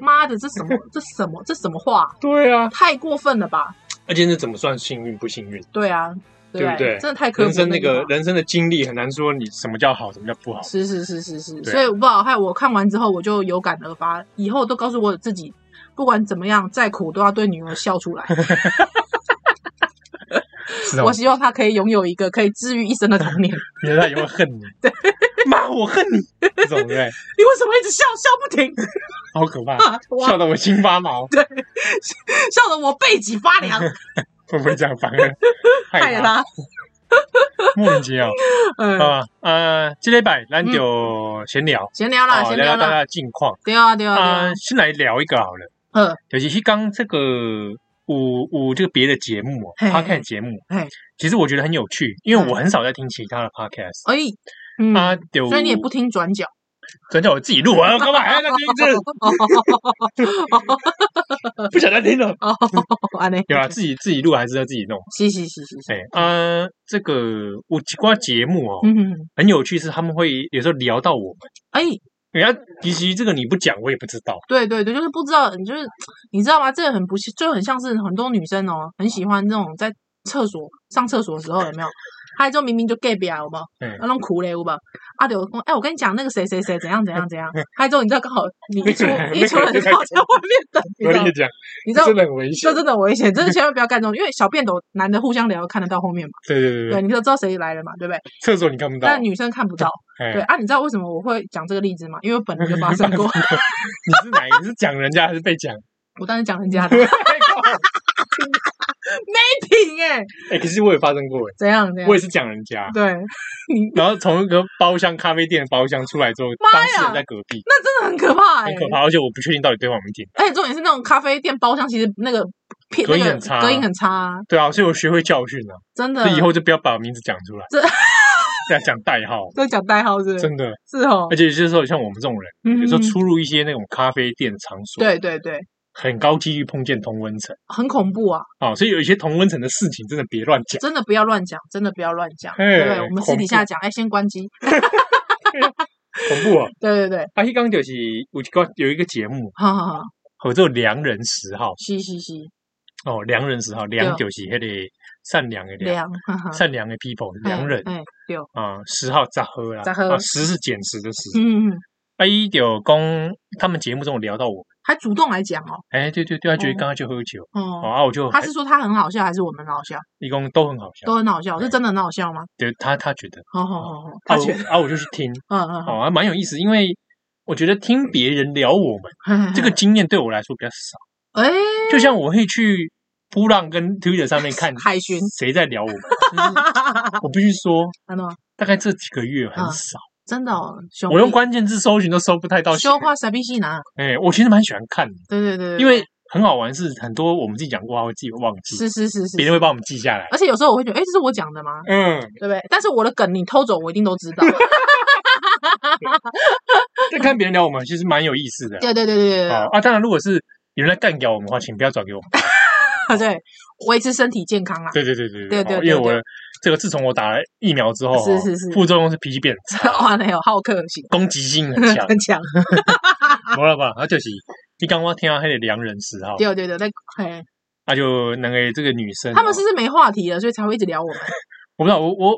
[SPEAKER 3] 妈的，这 什么？这什么？这什么话？
[SPEAKER 2] 对啊，
[SPEAKER 3] 太过分了吧？
[SPEAKER 2] 而且那怎么算幸运不幸运？
[SPEAKER 3] 对啊，
[SPEAKER 2] 对不对
[SPEAKER 3] 真的太刻薄 了。
[SPEAKER 2] 人生那个人生的经历很难说你什么叫好，什么叫不好。
[SPEAKER 3] 是是是是是，
[SPEAKER 2] 对
[SPEAKER 3] 所以我不好害我看完之后我就有感而发，以后都告诉我自己，不管怎么样，再苦都要对女儿笑出来。
[SPEAKER 2] 是哦
[SPEAKER 3] 我，希望她可以拥有一个可以治愈一生的童年。你
[SPEAKER 2] 原来也会恨 你，妈，我恨你， 这种对不对，
[SPEAKER 3] 为什么一直笑笑不停？
[SPEAKER 2] 好可怕，
[SPEAKER 3] 啊、我
[SPEAKER 2] 笑得我心发毛，
[SPEAKER 3] 笑得我背脊发凉，
[SPEAKER 2] 会不会这样反而
[SPEAKER 3] 害了
[SPEAKER 2] 他
[SPEAKER 3] 她。
[SPEAKER 2] 莫名其 妙？
[SPEAKER 3] 嗯，
[SPEAKER 2] 啊呃，这礼拜咱就嗯闲聊，
[SPEAKER 3] 闲聊啦，
[SPEAKER 2] 哦
[SPEAKER 3] 闲
[SPEAKER 2] 聊
[SPEAKER 3] 聊
[SPEAKER 2] 大家
[SPEAKER 3] 啦，
[SPEAKER 2] 的近况
[SPEAKER 3] 对啊对啊对啊
[SPEAKER 2] 啊，先来聊一个好了。
[SPEAKER 3] 嗯，
[SPEAKER 2] 就是去刚这个五五这个别的节目哦
[SPEAKER 3] 嘿嘿嘿
[SPEAKER 2] ，podcast 节目
[SPEAKER 3] 嘿，哎
[SPEAKER 2] 其实我觉得很有趣，因为
[SPEAKER 3] 嗯
[SPEAKER 2] 我很少在听其他的 podcast。
[SPEAKER 3] 哎，嗯，
[SPEAKER 2] 啊，有
[SPEAKER 3] 所以你也不听转角，
[SPEAKER 2] 真叫我自己录啊，干嘛？哎，那就这 不想再听了，
[SPEAKER 3] 哦，安内，
[SPEAKER 2] 对吧？自己自己录还是要自己弄。
[SPEAKER 3] 是是是是是，
[SPEAKER 2] 哎，啊，这个有几挂节目哦，
[SPEAKER 3] 嗯，
[SPEAKER 2] 很有趣，是他们会有时候聊到我们。
[SPEAKER 3] 哎，
[SPEAKER 2] 人家其实这个你不讲，我也不知道。
[SPEAKER 3] 对对对，就是不知道，你就是你知道吗？这个很不幸，就很像是很多女生哦，很喜欢那种在厕所上厕所的时候有没有？她就明明就 gay 表有没有？
[SPEAKER 2] 嗯
[SPEAKER 3] 那种苦嘞有没有？啊，对，我说哎，我跟你讲那个谁谁谁怎样怎样怎 样，她之后你知道刚好你一出一出来就在外面等，你
[SPEAKER 2] 我跟
[SPEAKER 3] 知道
[SPEAKER 2] 你？讲，
[SPEAKER 3] 你知道
[SPEAKER 2] 真？的很危险
[SPEAKER 3] 这。真的很危险，真的千万不要干这种，因为小便斗男的互相聊看得到后面嘛，
[SPEAKER 2] 对对对
[SPEAKER 3] 对，
[SPEAKER 2] 对，
[SPEAKER 3] 你就知道谁来了嘛，对不对？
[SPEAKER 2] 厕所你看不到。
[SPEAKER 3] 但女生看不到，
[SPEAKER 2] 哎
[SPEAKER 3] 对，啊，你知道为什么我会讲这个例子吗？因为我本人就发生 过，
[SPEAKER 2] 你是哪一个？你是讲人家还是被 讲？
[SPEAKER 3] 我当时讲人家的 品哎、
[SPEAKER 2] 哎，可是我也发生过，哎
[SPEAKER 3] 怎样怎样
[SPEAKER 2] 我也？是讲人 家。
[SPEAKER 3] 对，
[SPEAKER 2] 然后从一个包厢咖啡店的包厢出来之后，
[SPEAKER 3] 妈
[SPEAKER 2] 当
[SPEAKER 3] 呀
[SPEAKER 2] 事人在隔壁，
[SPEAKER 3] 那真的很可怕哎、
[SPEAKER 2] 很可怕，而且我不确定到底对方有没有听。
[SPEAKER 3] 而且重点是那种咖啡店包厢，其实那个片
[SPEAKER 2] 隔音
[SPEAKER 3] 那个
[SPEAKER 2] 很差
[SPEAKER 3] 隔音很差啊，
[SPEAKER 2] 对啊，所以我学会教训了，
[SPEAKER 3] 真的
[SPEAKER 2] 所。以以后就不要把名字讲出来
[SPEAKER 3] 嗯这，
[SPEAKER 2] 不 要讲代号，
[SPEAKER 3] 都讲代号是不是
[SPEAKER 2] 真的。
[SPEAKER 3] 是哦
[SPEAKER 2] 而，且有些时候像我们这种人，
[SPEAKER 3] 嗯
[SPEAKER 2] 有时候
[SPEAKER 3] 嗯嗯
[SPEAKER 2] 出入一些那种咖啡店场所，，
[SPEAKER 3] 对对对，
[SPEAKER 2] 很高几率碰见同温层
[SPEAKER 3] 很恐怖啊！
[SPEAKER 2] 啊，所以有一些同温层的事情真的别乱讲。
[SPEAKER 3] 真的不要乱讲，真的不要乱讲。
[SPEAKER 2] 哎
[SPEAKER 3] 对，我们私底下
[SPEAKER 2] 恐
[SPEAKER 3] 讲，哎，先关机。
[SPEAKER 2] 恐怖哦！
[SPEAKER 3] 对对对，
[SPEAKER 2] 阿西刚就是有一个有一个节目，
[SPEAKER 3] 好好好，
[SPEAKER 2] 合作良人十号
[SPEAKER 3] 嘻嘻嘻，
[SPEAKER 2] 哦，良人十号，良就是那个善良的良，
[SPEAKER 3] 凉，哈哈，
[SPEAKER 2] 善良的 people，良人
[SPEAKER 3] 哎，哎对，
[SPEAKER 2] 啊，十号杂喝啦，
[SPEAKER 3] 杂喝
[SPEAKER 2] 啊，十是减十的十。
[SPEAKER 3] 嗯，嗯嗯
[SPEAKER 2] 阿姨有公他们节目中有聊到我，
[SPEAKER 3] 还主动来讲哦，
[SPEAKER 2] 哎，对对对，他觉得
[SPEAKER 3] 哦
[SPEAKER 2] 刚刚就喝酒，哦，
[SPEAKER 3] 哦，
[SPEAKER 2] 啊，我就
[SPEAKER 3] 他是说他很好笑，还是我们很好笑？
[SPEAKER 2] 一共都很好笑
[SPEAKER 3] 都，很好笑，
[SPEAKER 2] 对
[SPEAKER 3] 是真的很好笑吗？哦
[SPEAKER 2] 对他他觉得，
[SPEAKER 3] 好好好好，
[SPEAKER 2] 啊
[SPEAKER 3] 他
[SPEAKER 2] 我
[SPEAKER 3] 觉得，
[SPEAKER 2] 啊我就去 听，
[SPEAKER 3] 嗯嗯
[SPEAKER 2] 哦，还蛮有意思，因为我觉得听别人聊我们
[SPEAKER 3] 嗯，
[SPEAKER 2] 这个经验对我来说比较少，
[SPEAKER 3] 哎，
[SPEAKER 2] 就像我会去扑浪跟 Twitter 上面看
[SPEAKER 3] 海巡，
[SPEAKER 2] 谁在聊我 们，就是我必须说，
[SPEAKER 3] 看到吗
[SPEAKER 2] 大概这几个月很
[SPEAKER 3] 嗯
[SPEAKER 2] 少，
[SPEAKER 3] 真的哦，熊
[SPEAKER 2] 我用
[SPEAKER 3] 弟
[SPEAKER 2] 关键字搜寻都搜不太到谁，
[SPEAKER 3] 修化傻逼戏男，
[SPEAKER 2] 哎，我其实蛮喜欢看的。
[SPEAKER 3] 对对对，对
[SPEAKER 2] 因为很好玩，是很多我们自己讲过，他会自己忘记，
[SPEAKER 3] 是是是是，
[SPEAKER 2] 别人会帮我们记下来。
[SPEAKER 3] 而且有时候我会觉得，哎，这是我讲的吗？
[SPEAKER 2] 嗯，
[SPEAKER 3] 对不对？但是我的梗你偷走，我一定都 知道。
[SPEAKER 2] 但看别人聊我们，其实蛮有意思的。
[SPEAKER 3] 对对对对对
[SPEAKER 2] 哦
[SPEAKER 3] 对
[SPEAKER 2] 啊，当然，如果是有人来干掉我们的话，请不要转给我们。
[SPEAKER 3] 对， 对维持身体健康啊啦。
[SPEAKER 2] 对对对对
[SPEAKER 3] 对对
[SPEAKER 2] 哦
[SPEAKER 3] 对
[SPEAKER 2] 因为我的这个自从我打了疫苗之后，
[SPEAKER 3] 是
[SPEAKER 2] 哦
[SPEAKER 3] 是是
[SPEAKER 2] 副作用是脾气变差，
[SPEAKER 3] 哇，那有好客心，
[SPEAKER 2] 攻击性很强。
[SPEAKER 3] 很强。
[SPEAKER 2] 没了吧？他就是你刚刚听到那个良人十号，
[SPEAKER 3] 对对对，那嘿，
[SPEAKER 2] 那就那个这个女生，哦
[SPEAKER 3] 他们是不是没话题了，所以才会一 直聊我们？
[SPEAKER 2] 我不知道，我我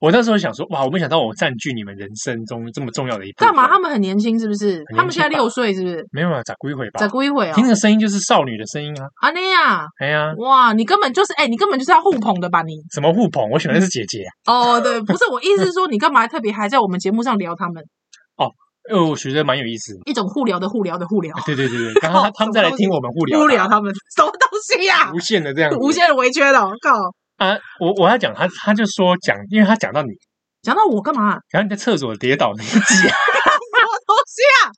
[SPEAKER 2] 我那时候想说，哇，我没想到我占据你们人生中这么重要的一部分。
[SPEAKER 3] 干嘛？他们很年轻是不是？
[SPEAKER 2] 很年轻吧
[SPEAKER 3] 他们现在六岁是不是？
[SPEAKER 2] 没有啊，咋归回吧
[SPEAKER 3] 再？过一会哦
[SPEAKER 2] 听，那个声音就是少女的声音啊！
[SPEAKER 3] 阿内呀，
[SPEAKER 2] 哎呀，
[SPEAKER 3] 哇，你根本就是哎，你根本就是要互捧的吧你？
[SPEAKER 2] 什么互捧？我喜欢的是姐姐、啊。
[SPEAKER 3] 哦，对，不是我意思是说，你干嘛特别还在我们节目上聊他们？
[SPEAKER 2] 因为哦我觉得蛮有意思的。
[SPEAKER 3] 一种互聊的互聊的互聊，
[SPEAKER 2] 对对对对，然后 他他们再来听我们互聊，啊
[SPEAKER 3] 互聊他们什么东西呀、
[SPEAKER 2] 无限的这样子
[SPEAKER 3] 无限的围圈了，我靠！
[SPEAKER 2] 啊！我我要讲他，他就说讲，因为他讲到你，
[SPEAKER 3] 讲到我干嘛？
[SPEAKER 2] 然后你在厕所跌倒那一 集啊，
[SPEAKER 3] 什么东西啊？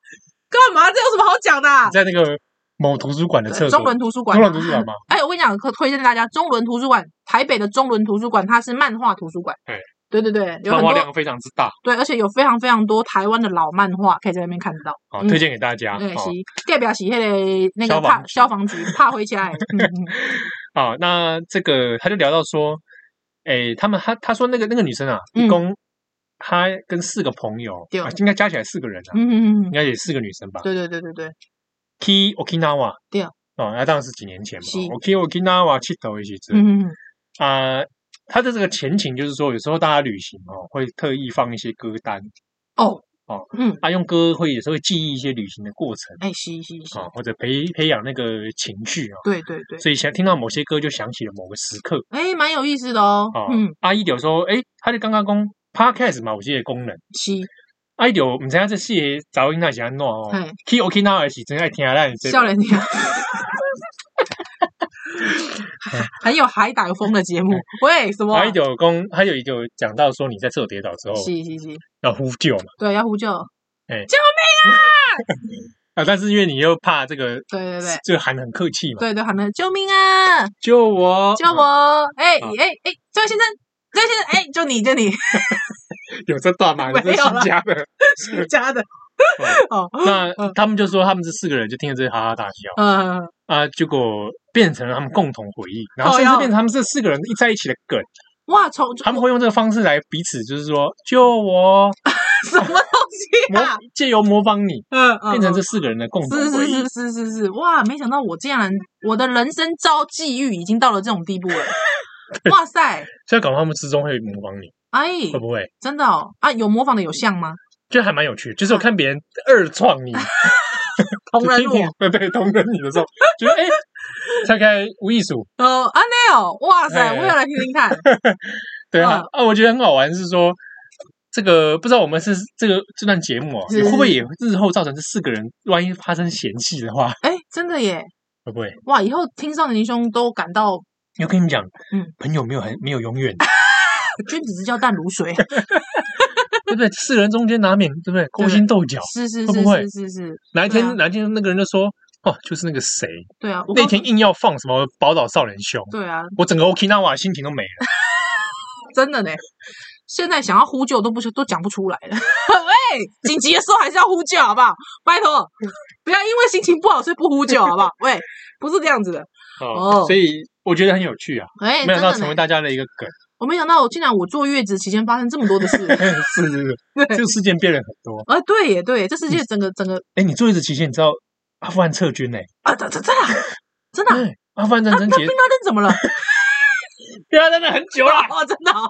[SPEAKER 3] 干嘛？这有什么好讲的啊、
[SPEAKER 2] 你在那个某图书馆的厕所，
[SPEAKER 3] 中伦图书馆、
[SPEAKER 2] 中仑图书馆吗？
[SPEAKER 3] 哎，我跟你讲，可推荐大家中伦图书馆，台北的中伦图书馆，它是漫画图书馆。
[SPEAKER 2] 对
[SPEAKER 3] 对对对，有
[SPEAKER 2] 漫
[SPEAKER 3] 很
[SPEAKER 2] 画
[SPEAKER 3] 多
[SPEAKER 2] 量非常之大，
[SPEAKER 3] 对，而且有非常非常多台湾的老漫画可以在那边看到。
[SPEAKER 2] 好
[SPEAKER 3] 嗯
[SPEAKER 2] 推荐给大家。
[SPEAKER 3] 对，
[SPEAKER 2] 好
[SPEAKER 3] 是代表是那个那个
[SPEAKER 2] 消防
[SPEAKER 3] 怕
[SPEAKER 2] 局
[SPEAKER 3] 消防局怕灰起来。嗯嗯
[SPEAKER 2] 啊，那这个他就聊到说，诶，他们他他说那个那个女生啊，
[SPEAKER 3] 嗯
[SPEAKER 2] 一共她跟四个朋友，
[SPEAKER 3] 对
[SPEAKER 2] 啊应该加起来四个人啊，
[SPEAKER 3] 嗯嗯
[SPEAKER 2] 应
[SPEAKER 3] 嗯，
[SPEAKER 2] 该也四个女生吧。
[SPEAKER 3] 对对对对对，
[SPEAKER 2] 去 Okinawa，
[SPEAKER 3] 对
[SPEAKER 2] 哦，那当然是几年前嘛
[SPEAKER 3] 是。
[SPEAKER 2] 我去 Okinawa 去头一起吃
[SPEAKER 3] 嗯嗯嗯，
[SPEAKER 2] 啊。他的这个前情就是说，有时候大家旅行哦，会特意放一些歌单，
[SPEAKER 3] 哦
[SPEAKER 2] 哦，
[SPEAKER 3] 嗯，
[SPEAKER 2] 啊，用歌会有时候会记忆一些旅行的过程
[SPEAKER 3] 哎，是是是，
[SPEAKER 2] 啊，或者培培养那个情绪啊。
[SPEAKER 3] 对对对，
[SPEAKER 2] 所以想听到某些歌，就想起了某个时刻
[SPEAKER 3] 哎，蛮有意思的哦
[SPEAKER 2] 啊，。
[SPEAKER 3] 嗯，
[SPEAKER 2] 阿姨有说，诶，他就刚刚讲 podcast 嘛，有这个功能。
[SPEAKER 3] 是，
[SPEAKER 2] 啊，有，毋知影这四个查某囡仔是安怎哦
[SPEAKER 3] 嘿？
[SPEAKER 2] 去 Okinawa 的时真爱听咱的这
[SPEAKER 3] 嗯笑脸你。很有海岛风的节目，
[SPEAKER 2] 哎
[SPEAKER 3] 喂，什么？
[SPEAKER 2] 还有讲，还有一个讲到说你在自我跌倒之后
[SPEAKER 3] 是是是，
[SPEAKER 2] 要呼救嘛，
[SPEAKER 3] 对，要呼救，
[SPEAKER 2] 啊，但是因为你又怕这个，
[SPEAKER 3] 对对对，
[SPEAKER 2] 就喊得很客气嘛，
[SPEAKER 3] 对对，喊的救命啊！
[SPEAKER 2] 救我，
[SPEAKER 3] 救我！哎
[SPEAKER 2] 哦
[SPEAKER 3] 哎哎，这位先生，这位先生，哎，就你，就你，
[SPEAKER 2] 有这段吗？
[SPEAKER 3] 没
[SPEAKER 2] 有
[SPEAKER 3] 有
[SPEAKER 2] 这新加 的。
[SPEAKER 3] 加的哦，
[SPEAKER 2] 那
[SPEAKER 3] 嗯
[SPEAKER 2] 他们就说他们这四个人就听着这哈哈大笑
[SPEAKER 3] 嗯，
[SPEAKER 2] 啊，结果变成了他们共同回忆，然后
[SPEAKER 3] 哦
[SPEAKER 2] 甚至
[SPEAKER 3] 哟
[SPEAKER 2] 变成他们这四个人一在一起的梗，
[SPEAKER 3] 哇，从
[SPEAKER 2] 他们会用这个方式来彼此就是说救我，
[SPEAKER 3] 什么 东西
[SPEAKER 2] 模
[SPEAKER 3] 啊？
[SPEAKER 2] 借由模仿你，
[SPEAKER 3] 嗯嗯，
[SPEAKER 2] 变成这
[SPEAKER 3] 嗯
[SPEAKER 2] 四个人的共同
[SPEAKER 3] 是
[SPEAKER 2] 回
[SPEAKER 3] 是
[SPEAKER 2] 忆。
[SPEAKER 3] 是是是是，哇，没想到我竟然我的人生遭际遇已经到了这种地 步了，哇塞！
[SPEAKER 2] 所以搞不好他们之中会模仿你，
[SPEAKER 3] 哎，
[SPEAKER 2] 会不会？
[SPEAKER 3] 真的哦啊，有模仿的有像吗？
[SPEAKER 2] 就还蛮有趣，就是我看别人二创 你，
[SPEAKER 3] 同人
[SPEAKER 2] 就
[SPEAKER 3] 我
[SPEAKER 2] 听你 对对，同人你的时候，觉得哎，大概无意思。
[SPEAKER 3] 哦，啊那哦，哇塞，
[SPEAKER 2] 哎
[SPEAKER 3] 我也来听 听看。
[SPEAKER 2] 对啊
[SPEAKER 3] 嗯，
[SPEAKER 2] 啊，我觉得很好玩，是说这个不知道我们是这个这段节目哦，
[SPEAKER 3] 是
[SPEAKER 2] 会不会也日后造成这四个人万一发生嫌隙的话，
[SPEAKER 3] 哎，真的耶，
[SPEAKER 2] 会不会？
[SPEAKER 3] 哇，以后听少年英雄都感到
[SPEAKER 2] 我跟你讲，
[SPEAKER 3] 嗯
[SPEAKER 2] 朋友没有很没有永远的，
[SPEAKER 3] 君子之交淡如 水。啊
[SPEAKER 2] 对不对？四人中间难免对不对勾心斗角，
[SPEAKER 3] 是是
[SPEAKER 2] 会
[SPEAKER 3] 是
[SPEAKER 2] 不会
[SPEAKER 3] 是是是，
[SPEAKER 2] 哪一
[SPEAKER 3] 对啊
[SPEAKER 2] 天哪一天那个人就说哦，就是那个谁
[SPEAKER 3] 对啊，我
[SPEAKER 2] 那
[SPEAKER 3] 告
[SPEAKER 2] 天硬要放什么宝岛少年秀，
[SPEAKER 3] 对啊，
[SPEAKER 2] 我整个 Okinawa 心情都没了。
[SPEAKER 3] 真的呢。现在想要呼救都不是都讲不出来了。 喂，紧急的时候还是要呼救，好不好？拜托，
[SPEAKER 2] 嗯
[SPEAKER 3] 不要因为心情不好所以不呼救，好不好？ 喂，不是这样子的。
[SPEAKER 2] 哦
[SPEAKER 3] 哦，
[SPEAKER 2] 所以我觉得很有趣啊，
[SPEAKER 3] 哎，
[SPEAKER 2] 没想到成
[SPEAKER 3] 真的
[SPEAKER 2] 为
[SPEAKER 3] 呢。
[SPEAKER 2] 大家的一个梗，
[SPEAKER 3] 我没想到，我竟然我坐月子期间发生这么多的事。
[SPEAKER 2] 是是是，这
[SPEAKER 3] 对，
[SPEAKER 2] 个事件变了很多。
[SPEAKER 3] 啊，对耶，对耶，这世界整个整个
[SPEAKER 2] 哎，你坐月子期间，你知道阿富汗撤军呢？
[SPEAKER 3] 啊，真真真的啊真的啊，
[SPEAKER 2] 对，阿富汗战
[SPEAKER 3] 那
[SPEAKER 2] 争
[SPEAKER 3] 那
[SPEAKER 2] 结
[SPEAKER 3] 冰，拉登怎 么了？
[SPEAKER 2] 对啊，真的很久了。
[SPEAKER 3] 哦，真的哦，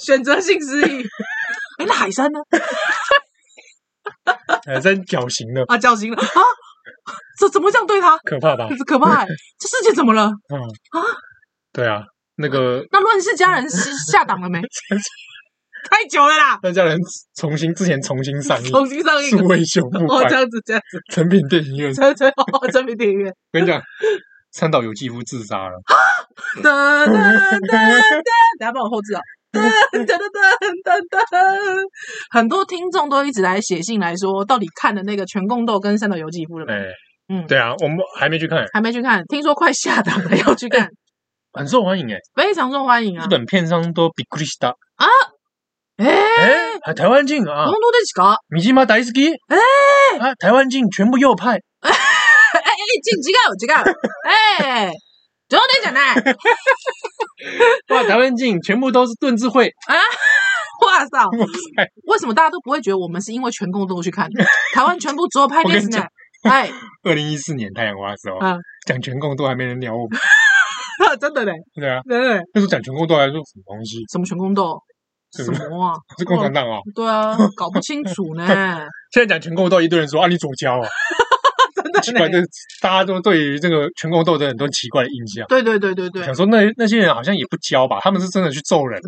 [SPEAKER 3] 选择性失忆。哎，那海山呢？
[SPEAKER 2] 呃，真绞刑了，
[SPEAKER 3] 啊，叫醒了啊，这怎么会这样对他？
[SPEAKER 2] 可怕 吧？
[SPEAKER 3] 这可怕、欸！这世界怎么了？
[SPEAKER 2] 嗯对啊，那个
[SPEAKER 3] 那乱世佳人是下档了没？ 太久了啦，
[SPEAKER 2] 那家人重新之前重新上映，
[SPEAKER 3] 重新上映
[SPEAKER 2] 数。位修复
[SPEAKER 3] 哦，这
[SPEAKER 2] 版，
[SPEAKER 3] 样子，这样子，
[SPEAKER 2] 成品电影院。
[SPEAKER 3] 真真哦，真没电影院。
[SPEAKER 2] 我跟你讲，三岛由纪夫自杀了，
[SPEAKER 3] 噔噔噔噔，等下帮我后置啊。噔噔噔噔噔噔，很多听众都一直来写信来说，到底看的那个《全共斗》跟《三岛由纪夫》了没？
[SPEAKER 2] 哎，
[SPEAKER 3] 嗯，
[SPEAKER 2] 对啊，我们还没去看，
[SPEAKER 3] 还没去看，听说快下档了，要 去看，
[SPEAKER 2] 很受欢迎哎，
[SPEAKER 3] 非常受欢迎啊
[SPEAKER 2] 日！本片商都比克里斯达，
[SPEAKER 3] 哎，
[SPEAKER 2] 哎，还台湾进啊
[SPEAKER 3] 红，都得几个？
[SPEAKER 2] 米基马达伊斯基，
[SPEAKER 3] 哦哎
[SPEAKER 2] 啊，台湾进全部右派，
[SPEAKER 3] 哎哎，进几个？几个？哎，总得讲呢。
[SPEAKER 2] 哇，台湾进全部都是盾智慧，
[SPEAKER 3] 哇塞！
[SPEAKER 2] 哇塞
[SPEAKER 3] 为什么大家都不会觉得我们是因为全共斗去 看的？台湾全部只有拍
[SPEAKER 2] 我跟
[SPEAKER 3] 电
[SPEAKER 2] 你
[SPEAKER 3] 视呢
[SPEAKER 2] 讲？
[SPEAKER 3] 哎，
[SPEAKER 2] 二零一四年太阳花的时候
[SPEAKER 3] 嗯，
[SPEAKER 2] 讲全共都还没人鸟我们，
[SPEAKER 3] 真的嘞，
[SPEAKER 2] 对啊，
[SPEAKER 3] 对对，
[SPEAKER 2] 那时候讲全共都还说什么东西，
[SPEAKER 3] 什么全共斗？
[SPEAKER 2] 是
[SPEAKER 3] 什
[SPEAKER 2] 不是
[SPEAKER 3] 么啊？
[SPEAKER 2] 是共产党啊，
[SPEAKER 3] 对啊，搞不清楚 呢。
[SPEAKER 2] 现在讲全共斗，一堆人说啊你左交 啊，
[SPEAKER 3] 真的
[SPEAKER 2] 奇怪，
[SPEAKER 3] 嘞，
[SPEAKER 2] 这大家都对于这个全共斗的很多奇怪的印象。
[SPEAKER 3] 对对对对对
[SPEAKER 2] 想，说那那些人好像也不交吧，他们是真的去揍人，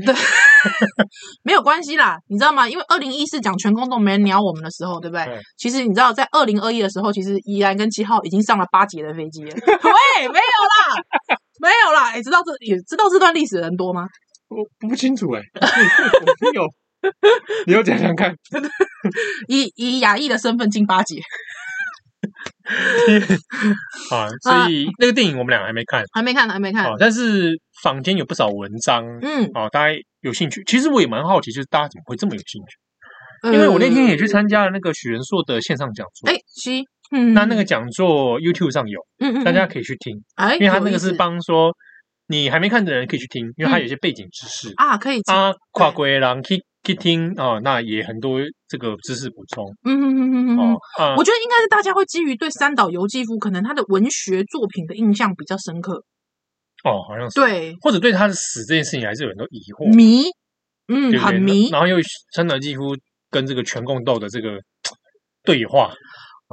[SPEAKER 3] 没有关系啦，你知道吗？因为二零一四讲全共斗没人鸟我们的时候，对不对？
[SPEAKER 2] 对
[SPEAKER 3] 其实你知道，在二零二一的时候，其实宜兰跟七号已经上了八节的飞机了。 喂，没有啦，没有啦。哎，知道这也知道这段历史的人多吗？
[SPEAKER 2] 我不清楚哎，我没有，你要讲讲看，
[SPEAKER 3] 以以亚裔的身份进八节，
[SPEAKER 2] 啊，所以那个电影我们俩还没看
[SPEAKER 3] 还没看，还没看。
[SPEAKER 2] 啊，但是坊间有不少文章
[SPEAKER 3] 嗯，
[SPEAKER 2] 哦，大家有兴趣？其实我也蛮好奇，就是大家怎么会这么有兴趣？
[SPEAKER 3] 呃
[SPEAKER 2] 因为我那天也去参加了那个许仁硕的线上讲座，
[SPEAKER 3] 哎，西，嗯，
[SPEAKER 2] 那那个讲座 YouTube 上有，
[SPEAKER 3] 嗯嗯，
[SPEAKER 2] 大家
[SPEAKER 3] 嗯
[SPEAKER 2] 可以去听，
[SPEAKER 3] 哎，
[SPEAKER 2] 因为他那个是
[SPEAKER 3] 有意思嗯
[SPEAKER 2] 帮说你还没看的人可以去听，因为它有一些背景知识、
[SPEAKER 3] 啊，可以，
[SPEAKER 2] 啊，跨国狼去去听哦，那也很多这个知识补充
[SPEAKER 3] 嗯嗯嗯嗯嗯嗯
[SPEAKER 2] 哦。啊
[SPEAKER 3] 我，觉得应该是大家会基于对三岛由纪夫可能他的文学作品的印象比较深刻，
[SPEAKER 2] 哦，好像是，
[SPEAKER 3] 对
[SPEAKER 2] 或者对他的死这件事情还是有很多疑惑，
[SPEAKER 3] 迷，嗯，
[SPEAKER 2] 对不对
[SPEAKER 3] 很迷。
[SPEAKER 2] 然后又三岛纪夫跟这个全共斗的这个对话，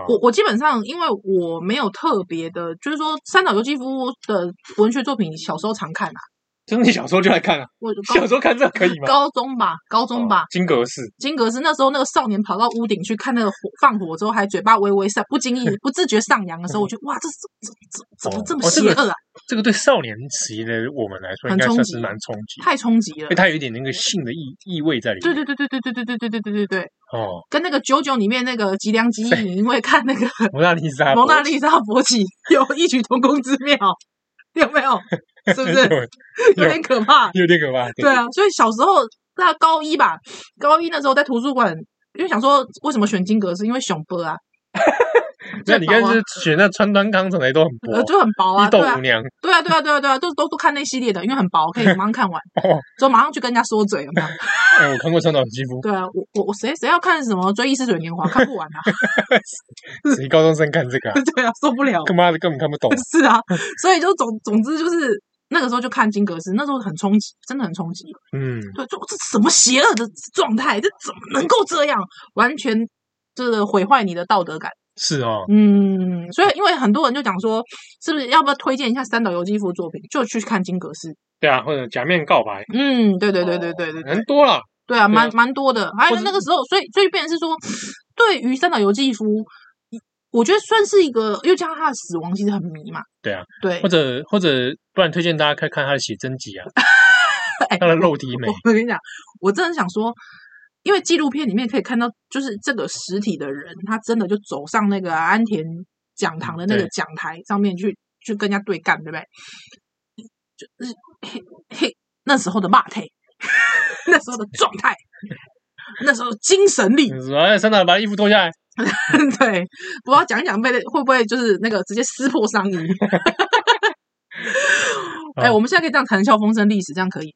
[SPEAKER 3] 我我基本上因为我没有特别的，就是说三岛由纪夫的文学作品小时候常看啊，
[SPEAKER 2] 真的小时候就来看啊，
[SPEAKER 3] 我就
[SPEAKER 2] 小时候看这可以吗？
[SPEAKER 3] 哦高中吧，高中吧
[SPEAKER 2] 哦，金格士，
[SPEAKER 3] 金格斯那时候那个少年跑到屋顶去看那个火放火之后，还嘴巴微微上不经意不自觉上扬的时候，我觉得哇，这怎怎怎怎么这么
[SPEAKER 2] 哦这
[SPEAKER 3] 邪
[SPEAKER 2] 个
[SPEAKER 3] 恶啊？
[SPEAKER 2] 这个对少年期的我们来说，应
[SPEAKER 3] 很
[SPEAKER 2] 该
[SPEAKER 3] 冲
[SPEAKER 2] 算
[SPEAKER 3] 击
[SPEAKER 2] 是蛮冲击，
[SPEAKER 3] 太冲击了
[SPEAKER 2] 因为！它有一点那个性的意意味在里
[SPEAKER 3] 对
[SPEAKER 2] 面。
[SPEAKER 3] 对对对对对对对对对对对对，
[SPEAKER 2] 哦，
[SPEAKER 3] 跟那个九九里面那个吉良吉
[SPEAKER 2] 对哎
[SPEAKER 3] 影，因为看那个
[SPEAKER 2] 蒙娜丽莎，
[SPEAKER 3] 蒙娜丽莎勃起有异曲同工之妙，有没有？是不是
[SPEAKER 2] 有
[SPEAKER 3] 有点可怕？
[SPEAKER 2] 有点可怕？
[SPEAKER 3] 对啊，所以小时候那高一吧，高一那时候在图书馆，因为想说为什么选金格斯，因为熊波啊，
[SPEAKER 2] 那你看是选那川端康成的都很薄，
[SPEAKER 3] 啊呃就很薄啊，
[SPEAKER 2] 伊豆
[SPEAKER 3] 对啊
[SPEAKER 2] 舞，娘，
[SPEAKER 3] 对啊，对啊，对啊，对啊，都都都看那系列的，因为很薄，可以马上看完
[SPEAKER 2] 哦，
[SPEAKER 3] 所以马上去跟人家说嘴有没有
[SPEAKER 2] 哎，我看过川岛肌夫，
[SPEAKER 3] 对啊，我我我谁谁要看什么《追忆似水年华》，看不完啊，
[SPEAKER 2] 谁高中生看这个啊？
[SPEAKER 3] 对啊，受不了，
[SPEAKER 2] 他妈的根本看不 懂
[SPEAKER 3] 是啊，所以就总总之就是那个时候就看金格斯，那时候很冲击，真的很冲击，
[SPEAKER 2] 嗯，
[SPEAKER 3] 对，就这什么邪恶的状态，这怎么能够这样，完全就是毁坏你的道德感。
[SPEAKER 2] 是哦，
[SPEAKER 3] 嗯，所以因为很多人就讲说，是不是要不要推荐一下三岛由纪夫作品，就去看金格斯？
[SPEAKER 2] 对啊，或者假面告白，
[SPEAKER 3] 嗯，对对对对对对对
[SPEAKER 2] 很多啦，
[SPEAKER 3] 对啊，
[SPEAKER 2] 哦对啊
[SPEAKER 3] 蛮蛮多的。还有
[SPEAKER 2] 或是
[SPEAKER 3] 那个时候，所以所以变成是说，对于三岛由纪夫，我觉得算是一个，又加上他的死亡其实很迷嘛。
[SPEAKER 2] 对啊，
[SPEAKER 3] 对
[SPEAKER 2] 或。者或者不然推荐大家看看他的写真集啊，
[SPEAKER 3] 哎
[SPEAKER 2] 他的肉体 美，
[SPEAKER 3] 我跟你讲，我真的想说，因为纪录片里面可以看到，就是这个实体的人，他真的就走上那个安田讲堂的那个
[SPEAKER 2] 对
[SPEAKER 3] 讲台上面去，去跟人家对干，对不对？就是 嘿嘿，那时候的骂态， 那时候的状态，那时候的精神力，
[SPEAKER 2] 你说哎，三岛把衣服脱下来，
[SPEAKER 3] 对，不知道讲一讲被会不会就是那个直接撕破上衣。 哎、
[SPEAKER 2] 啊
[SPEAKER 3] 我们现在可以这样谈笑风生历史，这样可以吗？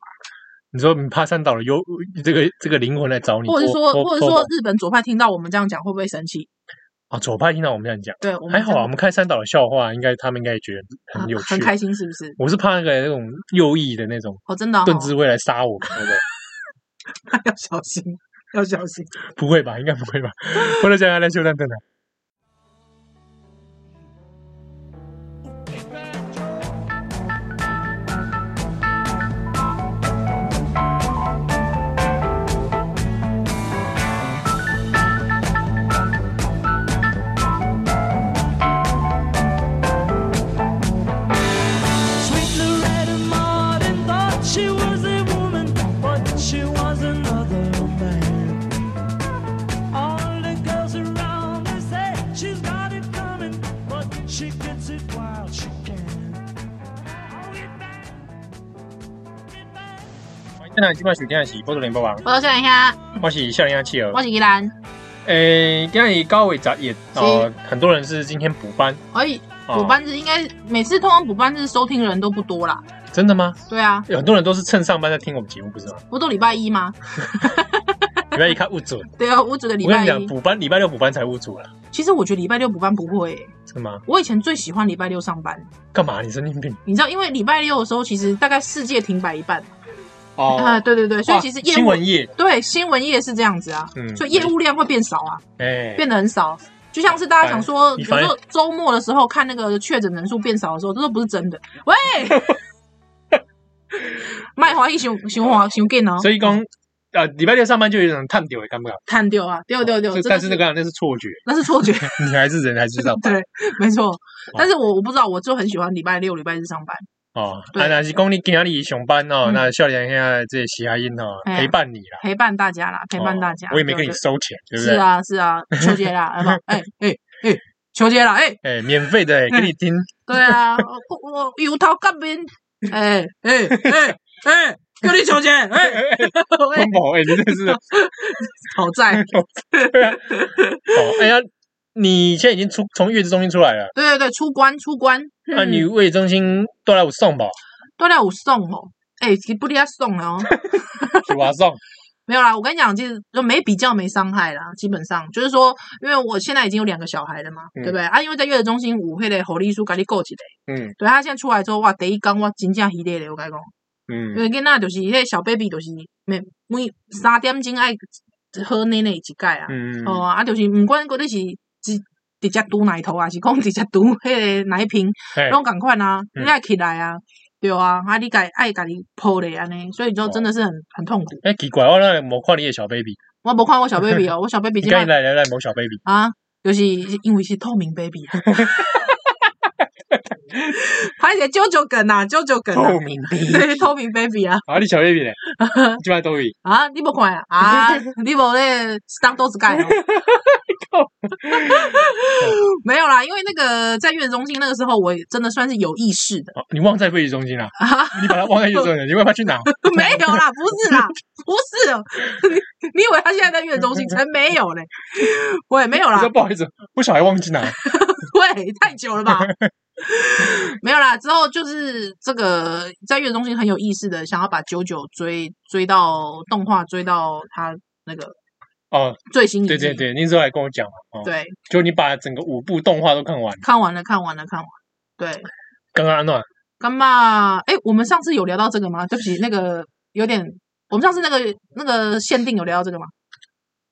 [SPEAKER 2] 你说你怕三岛的幽这个这个灵魂来找你，
[SPEAKER 3] 或者是说，
[SPEAKER 2] 脱
[SPEAKER 3] 或者
[SPEAKER 2] 脱
[SPEAKER 3] 说
[SPEAKER 2] 脱
[SPEAKER 3] 日本左派听到我们这样讲，会不会生气？
[SPEAKER 2] 啊，左派听到我们这样讲。
[SPEAKER 3] 对，我们
[SPEAKER 2] 还好
[SPEAKER 3] 这
[SPEAKER 2] 啊，
[SPEAKER 3] 样
[SPEAKER 2] 我们看三岛的笑话，应该他们应该也觉得很
[SPEAKER 3] 啊
[SPEAKER 2] 有趣，
[SPEAKER 3] 很开心，是不是？
[SPEAKER 2] 我是怕那个那种右翼的那种
[SPEAKER 3] 哦，真的、哦，
[SPEAKER 2] 盾之威来杀我们，对不对？
[SPEAKER 3] 要小心，要小心。
[SPEAKER 2] 不会吧？应该不会吧？我在讲来修蛋蛋的，
[SPEAKER 1] Sweet Loretta Martin thought she was a woman, but she was another man. All the girls around her say she's got it coming, but she gets it while she can. Oh, get back, get back.
[SPEAKER 2] 欢迎进来今晚收听的是《波多连播王》，
[SPEAKER 3] 我想一下，
[SPEAKER 2] 我是笑脸亚企鹅
[SPEAKER 3] 我。是依兰，
[SPEAKER 2] 诶，今天高伟杂也哦，很多人是今天补班，
[SPEAKER 3] 而已。
[SPEAKER 2] 哦
[SPEAKER 3] 哎补班日应该每次通常补班日收听人都不多啦。
[SPEAKER 2] 真的吗？
[SPEAKER 3] 对啊，
[SPEAKER 2] 有很多人都是趁上班在听我们节目，不是 吗？
[SPEAKER 3] 不都礼拜一吗？
[SPEAKER 2] 礼拜一看误主，我
[SPEAKER 3] 对啊，我觉得礼
[SPEAKER 2] 跟
[SPEAKER 3] 拜
[SPEAKER 2] 你讲，
[SPEAKER 3] 一。
[SPEAKER 2] 补班礼拜六补班才误主了，
[SPEAKER 3] 其实我觉得礼拜六补班不会、欸，
[SPEAKER 2] 是吗？
[SPEAKER 3] 我以前最喜欢礼拜六上班。
[SPEAKER 2] 干嘛？你神经病？
[SPEAKER 3] 你知道，因为礼拜六的时候，其实大概世界停摆一半啊、
[SPEAKER 2] 哦，
[SPEAKER 3] 对对对，所以
[SPEAKER 2] 哇
[SPEAKER 3] 其实业务
[SPEAKER 2] 新闻业，
[SPEAKER 3] 对新闻业是这样子啊，
[SPEAKER 2] 嗯
[SPEAKER 3] 所以业务量会变少啊，
[SPEAKER 2] 哎，
[SPEAKER 3] 变得很少。就像是大家想说，
[SPEAKER 2] 你
[SPEAKER 3] 有
[SPEAKER 2] 反
[SPEAKER 3] 时候周末的时候看那个确诊人数变少的时候，这都不是真的。喂， 卖华裔熊熊华熊 gay 哦，
[SPEAKER 2] 所以讲，呃，礼拜六上班就有一种探丢的尴尬。
[SPEAKER 3] 探丢啊，丢丢丢，
[SPEAKER 2] 这
[SPEAKER 3] 真的
[SPEAKER 2] 但是那个那是错觉，
[SPEAKER 3] 那是错觉，
[SPEAKER 2] 你还是人还是上班
[SPEAKER 3] 对，没错。但是我我不知道，我就很喜欢礼拜六、礼拜日上班。
[SPEAKER 2] 哦。
[SPEAKER 3] 对
[SPEAKER 2] 啊，那是讲你今天上班哦，
[SPEAKER 3] 嗯
[SPEAKER 2] 那笑脸现在这些喜爱音哦
[SPEAKER 3] 哎呀
[SPEAKER 2] 陪伴你啦，
[SPEAKER 3] 陪伴大家啦，陪伴大家。
[SPEAKER 2] 哦我也没跟
[SPEAKER 3] 对
[SPEAKER 2] 你
[SPEAKER 3] 对
[SPEAKER 2] 收钱，对不
[SPEAKER 3] 是
[SPEAKER 2] 对？
[SPEAKER 3] 啊，是啊，求解 啦，好不好？哎哎哎，求解啦，哎，
[SPEAKER 2] 哎，免费的，哎给你 听，
[SPEAKER 3] 对啊，我我油头革面，哎哎哎哎，叫你求 解，哎，喂
[SPEAKER 2] 温饱，哎，你真的 是
[SPEAKER 3] 好 在，
[SPEAKER 2] 对啊。哦，哎呀，你现在已经出从月子中心出来了，啊
[SPEAKER 3] 对对对，出关出关，
[SPEAKER 2] 那
[SPEAKER 3] 嗯
[SPEAKER 2] 你月子中心都来我送吧？
[SPEAKER 3] 都要有送哦。哎、其实不离要送 了哦。
[SPEAKER 2] 是吧？上
[SPEAKER 3] 没有啦，我跟你讲，其实就没比较没伤害啦，基本上就是说，因为我现在已经有两个小孩了嘛，
[SPEAKER 2] 嗯
[SPEAKER 3] 对不对？啊，因为在月子中心，我会的侯丽叔给你够一 个，
[SPEAKER 2] 嗯
[SPEAKER 3] 对他现在出来之后，哇，第一讲我真正系列的，我跟你讲，因
[SPEAKER 2] 嗯
[SPEAKER 3] 为囡仔就是迄个小 baby，就是每每三点钟爱喝奶奶一届啊，
[SPEAKER 2] 嗯，
[SPEAKER 3] 哦啊，就是毋管嗰啲是直直接拄奶头啊，还是讲直接拄迄个奶瓶，
[SPEAKER 2] 嘿
[SPEAKER 3] 拢共款啊，
[SPEAKER 2] 嗯
[SPEAKER 3] 你爱起来啊，对啊，啊你家爱家己抱咧安尼，所以
[SPEAKER 2] 哦
[SPEAKER 3] 就真的是很很痛苦。
[SPEAKER 2] 哎，奇怪，我那里没看你的小 baby，
[SPEAKER 3] 我无看我小 baby 哦，我小 baby
[SPEAKER 2] 你
[SPEAKER 3] 即
[SPEAKER 2] 刚才来
[SPEAKER 3] 摆
[SPEAKER 2] 来来某小 baby，
[SPEAKER 3] 啊，就是因为是透明 baby 啊。还有啾啾梗啊，啾啾梗啊，
[SPEAKER 2] 明
[SPEAKER 3] 对，透明 baby 啊
[SPEAKER 2] 啊，你小 baby 嘞，你今晚都有，
[SPEAKER 3] 啊，你无看啊？ 啊，你无咧当豆子盖哦？
[SPEAKER 2] 哦
[SPEAKER 3] 没有啦，因为那个在月子中心那个时候，我真的算是有意识的，
[SPEAKER 2] 哦你忘在会议中心了，
[SPEAKER 3] 啊
[SPEAKER 2] 你把它忘在会议中 心了，你要不要去拿？
[SPEAKER 3] 没有啦，不是啦，不是， 你你以为他现在在月子中心？才没有嘞，我也没有
[SPEAKER 2] 我
[SPEAKER 3] 啦
[SPEAKER 2] 说，不好意思，我小孩忘记拿，
[SPEAKER 3] 对，太久了吧？ 没有啦，之后就是这个在月子中心很有意思的，想要把九九追追到动画，追到他那个
[SPEAKER 2] 哦，
[SPEAKER 3] 最新一季。
[SPEAKER 2] 对对对，那时候还跟我讲嘛，哦，
[SPEAKER 3] 嗯对
[SPEAKER 2] 就你把整个五部动画都看完，
[SPEAKER 3] 看完了，看完了，看完了。对，
[SPEAKER 2] 刚刚安啊暖，
[SPEAKER 3] 干嘛？哎，我们上次有聊到这个吗？对不起，那个有点，我们上次那个那个限定有聊到这个吗？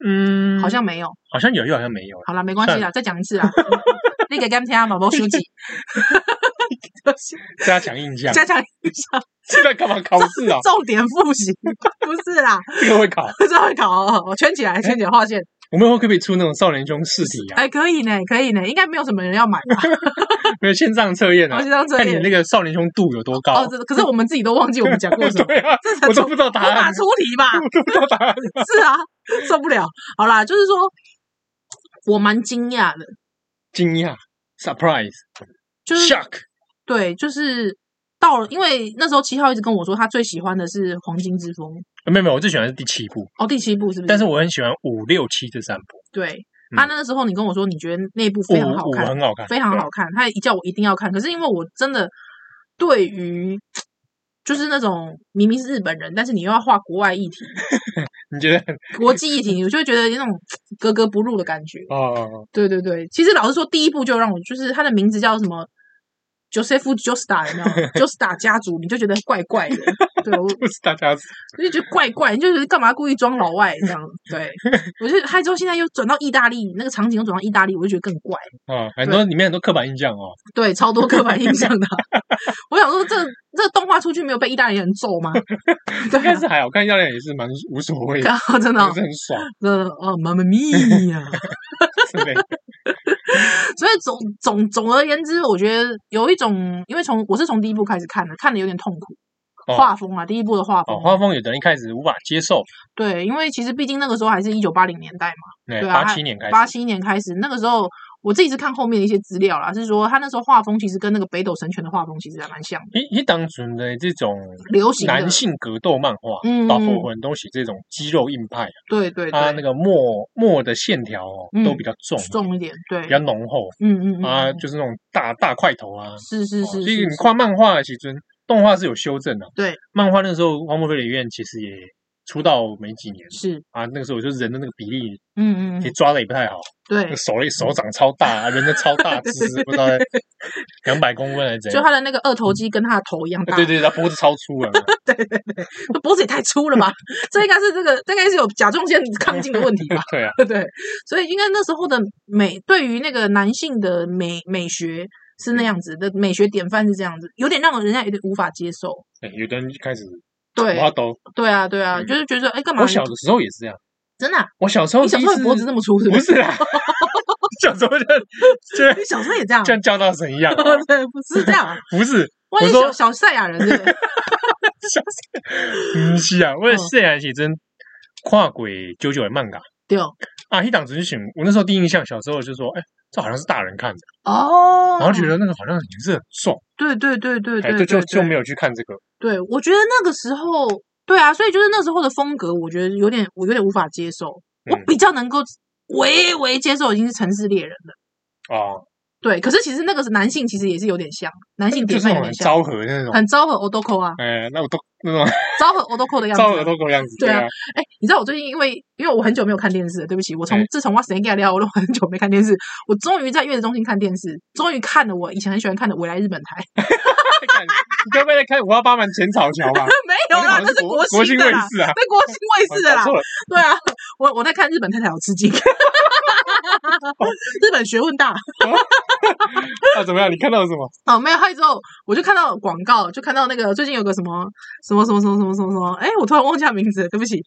[SPEAKER 2] 嗯，
[SPEAKER 3] 好像没有。
[SPEAKER 2] 好像有，又好像没有了，
[SPEAKER 3] 好啦，没关系啦，再讲一次啦。 那个甘甜宝宝啊书记，
[SPEAKER 2] 加强印象，
[SPEAKER 3] 加强一下，
[SPEAKER 2] 这在干嘛考试啊？
[SPEAKER 3] 重点复习， 不是啦。
[SPEAKER 2] 这个会考，
[SPEAKER 3] 这会考哦，我圈起
[SPEAKER 2] 哎
[SPEAKER 3] 来，圈起来划线，
[SPEAKER 2] 我们以后可不可以出那种少年兄试题啊？
[SPEAKER 3] 还可以呢，可以呢，应该没有什么人要买 吧？
[SPEAKER 2] 没有线上测验啊
[SPEAKER 3] 我？就当这
[SPEAKER 2] 看你
[SPEAKER 3] 里
[SPEAKER 2] 那个少年兄度有多高啊
[SPEAKER 3] 哦，？这可是我们自己都忘记我们讲过什么，
[SPEAKER 2] 对啊，
[SPEAKER 3] 这才
[SPEAKER 2] 我都
[SPEAKER 3] 出
[SPEAKER 2] 不知道答
[SPEAKER 3] 无法
[SPEAKER 2] 案，
[SPEAKER 3] 出 题吧？
[SPEAKER 2] 我都不知道答案。
[SPEAKER 3] 是啊，受不了。好啦，就是说，我蛮惊讶的，
[SPEAKER 2] 惊讶，surprise，
[SPEAKER 3] 就是
[SPEAKER 2] shock，
[SPEAKER 3] 对，就是到了，因为那时候七号一直跟我说他最喜欢的是《黄金之风》
[SPEAKER 2] 没有没有，我最喜欢的是第七部，
[SPEAKER 3] 哦，第七部是不是？
[SPEAKER 2] 但是我很喜欢五六七这三部，
[SPEAKER 3] 对。
[SPEAKER 2] 嗯
[SPEAKER 3] 啊，那个时候你跟我说你觉得那部
[SPEAKER 2] 五
[SPEAKER 3] 非常好
[SPEAKER 2] 五
[SPEAKER 3] 看，
[SPEAKER 2] 很好看，
[SPEAKER 3] 非常好看，他一叫我一定要看。可是因为我真的对于就是那种明明是日本人，但是你又要画国外议题、
[SPEAKER 2] 你觉得？
[SPEAKER 3] 国际议题，我就会觉得有那种格格不入的感觉。
[SPEAKER 2] 哦，
[SPEAKER 3] 对对对，其实老实说，第一部就让我就是他的名字叫什么 Joseph Joestar 有 没有 Joestar 家族，你就觉得怪怪的，对我
[SPEAKER 2] 不是大家
[SPEAKER 3] 我就觉得怪怪，你就觉得干嘛故意装老外这样？ 对，我就还之后现在又转到意大利，那个场景又转到意大利，我就觉得更怪。
[SPEAKER 2] 啊，很多里面很多刻板印象哦，
[SPEAKER 3] 对，超多刻板印象的啊、我想说这，这动画出去没有被意大利人揍 吗？对
[SPEAKER 2] 应该
[SPEAKER 3] 啊
[SPEAKER 2] 是还好看，教练也是蛮无所谓的，
[SPEAKER 3] 然后真的
[SPEAKER 2] 也
[SPEAKER 3] 哦，
[SPEAKER 2] 是很爽
[SPEAKER 3] 真的哦，妈妈咪呀！
[SPEAKER 2] 之类的。
[SPEAKER 3] 所以总总总而言之，我觉得有一种，因为从我是从第一部开始看的，看的有点痛苦。
[SPEAKER 2] 哦
[SPEAKER 3] 画风啊，第一部的画风，
[SPEAKER 2] 哦，画风有的人一开始无法接受，
[SPEAKER 3] 对，因为其实毕竟那个时候还是一九八零年代嘛，
[SPEAKER 2] 对，
[SPEAKER 3] 对啊
[SPEAKER 2] 八七年开始，
[SPEAKER 3] 八七年开始，那个时候我自己是看后面的一些资料啦，是说他那时候画风其实跟那个北斗神拳的画风其实还蛮像的，
[SPEAKER 2] 一一当纯的这种
[SPEAKER 3] 流行的
[SPEAKER 2] 男性格斗漫画，
[SPEAKER 3] 嗯
[SPEAKER 2] 大部分都写这种肌肉硬派，
[SPEAKER 3] 对对
[SPEAKER 2] 它
[SPEAKER 3] 对，
[SPEAKER 2] 啊那个墨墨的线条哦
[SPEAKER 3] 嗯
[SPEAKER 2] 都比较重，
[SPEAKER 3] 重一点，对
[SPEAKER 2] 比，较浓厚
[SPEAKER 3] 嗯嗯嗯
[SPEAKER 2] 啊，
[SPEAKER 3] 嗯
[SPEAKER 2] 就是那种大大块头啊。
[SPEAKER 3] 是是
[SPEAKER 2] 哦
[SPEAKER 3] 是，
[SPEAKER 2] 所以
[SPEAKER 3] 是
[SPEAKER 2] 你看漫画的时阵，动画是有修正的。
[SPEAKER 3] 对，
[SPEAKER 2] 漫画那时候《荒木飞吕院》其实也出道没几年
[SPEAKER 3] 是，
[SPEAKER 2] 啊，那个时候就是人的那个比例
[SPEAKER 3] 嗯嗯
[SPEAKER 2] 也
[SPEAKER 3] 嗯，
[SPEAKER 2] 抓的也不太好，那
[SPEAKER 3] 对
[SPEAKER 2] 个，手类手掌超大，啊人的超大只，不知道两百公分还是怎
[SPEAKER 3] 就
[SPEAKER 2] 样。
[SPEAKER 3] 他的那个二头肌跟他的头一样大，
[SPEAKER 2] 对对，他脖子超粗啊了，
[SPEAKER 3] 脖子也太粗了吧？这应该是这个，这应该是有甲状腺亢进的问题 吧？
[SPEAKER 2] 对啊，
[SPEAKER 3] 对，所以应该那时候的美，对于那个男性的美美学是那样子的，美学典范是这样子，有点让人家有点无法接受。
[SPEAKER 2] 对哎有的人就开始
[SPEAKER 3] 对
[SPEAKER 2] 我都，
[SPEAKER 3] 对啊，对啊，
[SPEAKER 2] 嗯
[SPEAKER 3] 就是觉得哎，干嘛
[SPEAKER 2] 我
[SPEAKER 3] 你？
[SPEAKER 2] 小的时候也是这样，
[SPEAKER 3] 真的啊、
[SPEAKER 2] 我小时候
[SPEAKER 3] 你小时
[SPEAKER 2] 第
[SPEAKER 3] 候
[SPEAKER 2] 一
[SPEAKER 3] 的
[SPEAKER 2] 次
[SPEAKER 3] 脖子这么粗是
[SPEAKER 2] 不
[SPEAKER 3] 不是？
[SPEAKER 2] 是 啦，小时候就就
[SPEAKER 3] 你小时候也这样？
[SPEAKER 2] 像叫大神 一样，
[SPEAKER 3] 对，不是这样啊。
[SPEAKER 2] 不是，
[SPEAKER 3] 万一
[SPEAKER 2] 我说
[SPEAKER 3] 小小赛亚人是不是
[SPEAKER 2] 不是 啊，我虽然写真跨鬼九九的漫画
[SPEAKER 3] 对哦
[SPEAKER 2] 啊，一档子就想，我那时候第一印象，小时候就说，哎，这好像是大人看的，
[SPEAKER 3] 哦，
[SPEAKER 2] 然后觉得那个好像也是很重，
[SPEAKER 3] 对对对对
[SPEAKER 2] 哎，
[SPEAKER 3] 对
[SPEAKER 2] 就就
[SPEAKER 3] 对，对
[SPEAKER 2] 就没有去看这个，
[SPEAKER 3] 对，我觉得那个时候，对啊，所以就是那时候的风格，我觉得有点，我有点无法接受。我
[SPEAKER 2] 嗯
[SPEAKER 3] 比较能够微微接受已经是城市猎人了，
[SPEAKER 2] 哦，
[SPEAKER 3] 对，可是其实那个是男性，其实也是有点像男性
[SPEAKER 2] 就
[SPEAKER 3] 典
[SPEAKER 2] 是
[SPEAKER 3] 范
[SPEAKER 2] 那种
[SPEAKER 3] 有
[SPEAKER 2] 很
[SPEAKER 3] 点像，
[SPEAKER 2] 昭和的那种，
[SPEAKER 3] 很昭和 o d o k o 啊，
[SPEAKER 2] 哎，那我都那种
[SPEAKER 3] 昭和 o d o k o 的样子
[SPEAKER 2] 昭和
[SPEAKER 3] 啊。
[SPEAKER 2] 都这个样子，
[SPEAKER 3] 对啊
[SPEAKER 2] 啊，
[SPEAKER 3] 哎，你知道我最近因为因为我很久没有看电视了，对不起，我从
[SPEAKER 2] 哎
[SPEAKER 3] 自从《哇塞 g a 聊，我都很久没看电视。我终于在月子中心看电视，终于看了我以前很喜欢看的《未来日本台》
[SPEAKER 2] 哎干你该不会在看五幺八满前草桥吧？
[SPEAKER 3] 没 有啦，
[SPEAKER 2] 好像
[SPEAKER 3] 那是
[SPEAKER 2] 国
[SPEAKER 3] 国
[SPEAKER 2] 兴
[SPEAKER 3] 兴
[SPEAKER 2] 卫
[SPEAKER 3] 的啦，
[SPEAKER 2] 视 啊，
[SPEAKER 3] 那国兴卫视的啦
[SPEAKER 2] 搞。错了，
[SPEAKER 3] 对啊，我我在看日本太太好吃惊，日本学问大。
[SPEAKER 2] 那啊怎么样？你看到了什么？
[SPEAKER 3] 哦，没有，还有之后我就看到广告，就看到那个最近有个什么什么什么什么什么什么什么，哎，我突然忘记他名字了，对不起。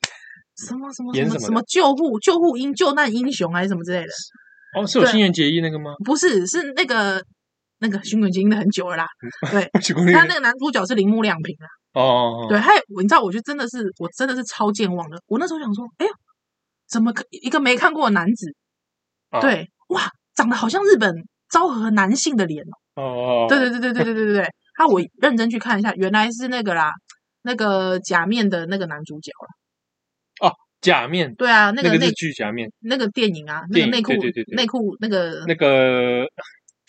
[SPEAKER 3] 什么什么什
[SPEAKER 2] 演
[SPEAKER 3] 么
[SPEAKER 2] 什么
[SPEAKER 3] 什么救护救护英救难英雄还是什么之类的？
[SPEAKER 2] 哦，是有
[SPEAKER 3] 对
[SPEAKER 2] 新垣结衣那个 吗？，
[SPEAKER 3] 不是，是那个那个《寻鬼经》的很久了啦。对
[SPEAKER 2] 去过那
[SPEAKER 3] 他
[SPEAKER 2] 个
[SPEAKER 3] 那个男主角是铃木亮平啊。
[SPEAKER 2] 哦哦，哦
[SPEAKER 3] 对，还有你知道，我就真的是我真的是超健忘的。我那时候想说，哎呀，怎么可一个没看过的男子，
[SPEAKER 2] 啊
[SPEAKER 3] 对，哇，长得好像日本昭和男性的脸哦。
[SPEAKER 2] 哦哦，哦
[SPEAKER 3] 对对对对对对对对对。 啊，我认真去看一下，原来是那个啦，那个假面的那个男主角啦。
[SPEAKER 2] 假面，
[SPEAKER 3] 对啊，那
[SPEAKER 2] 那
[SPEAKER 3] 个
[SPEAKER 2] 个
[SPEAKER 3] 内
[SPEAKER 2] 日剧假面，
[SPEAKER 3] 那个电影啊，那
[SPEAKER 2] 电
[SPEAKER 3] 个
[SPEAKER 2] 影
[SPEAKER 3] 内裤
[SPEAKER 2] 对对对对
[SPEAKER 3] 内裤那个
[SPEAKER 2] 那个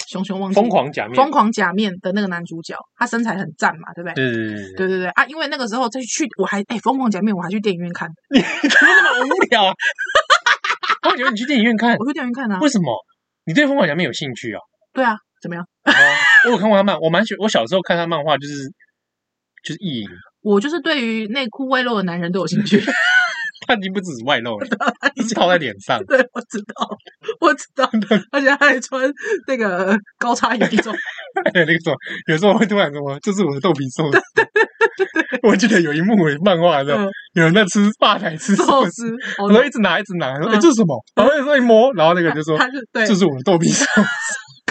[SPEAKER 3] 熊熊忘记
[SPEAKER 2] 疯狂假面，
[SPEAKER 3] 疯狂假面的那个男主角，他身材很赞嘛，对不对？
[SPEAKER 2] 对，对对对对，
[SPEAKER 3] 对对对啊！因为那个时候再去，我还哎《疯狂假面》，我还去电影院看，
[SPEAKER 2] 好无聊啊！ 我觉得你去电影院看，
[SPEAKER 3] 我去电影院看啊。
[SPEAKER 2] 为什么？你对疯狂假面有兴 趣啊？
[SPEAKER 3] 对啊，怎么样？
[SPEAKER 2] 哦，我有看过他漫，我蛮喜，我小时候看他漫画就是就是意淫，
[SPEAKER 3] 我就是对于内裤外露的男人都有兴趣。
[SPEAKER 2] 他已经不只是外露了，
[SPEAKER 3] 啊
[SPEAKER 2] 一直套在脸上，
[SPEAKER 3] 对，我知道，我知道，而且他还穿那个高叉泳装。
[SPEAKER 2] 对那个时候，有时候会突然说，这是我的豆皮 寿司。我记得有一幕我漫画的时候
[SPEAKER 3] 嗯，
[SPEAKER 2] 有人在吃霸台吃寿
[SPEAKER 3] 寿
[SPEAKER 2] 司，
[SPEAKER 3] 司，哦
[SPEAKER 2] 然后一直拿一直拿，说
[SPEAKER 3] 嗯
[SPEAKER 2] 哎这是什么？然后说一摸，然后那个
[SPEAKER 3] 他
[SPEAKER 2] 人就说
[SPEAKER 3] 他是 对
[SPEAKER 2] 这，是我的豆皮寿司。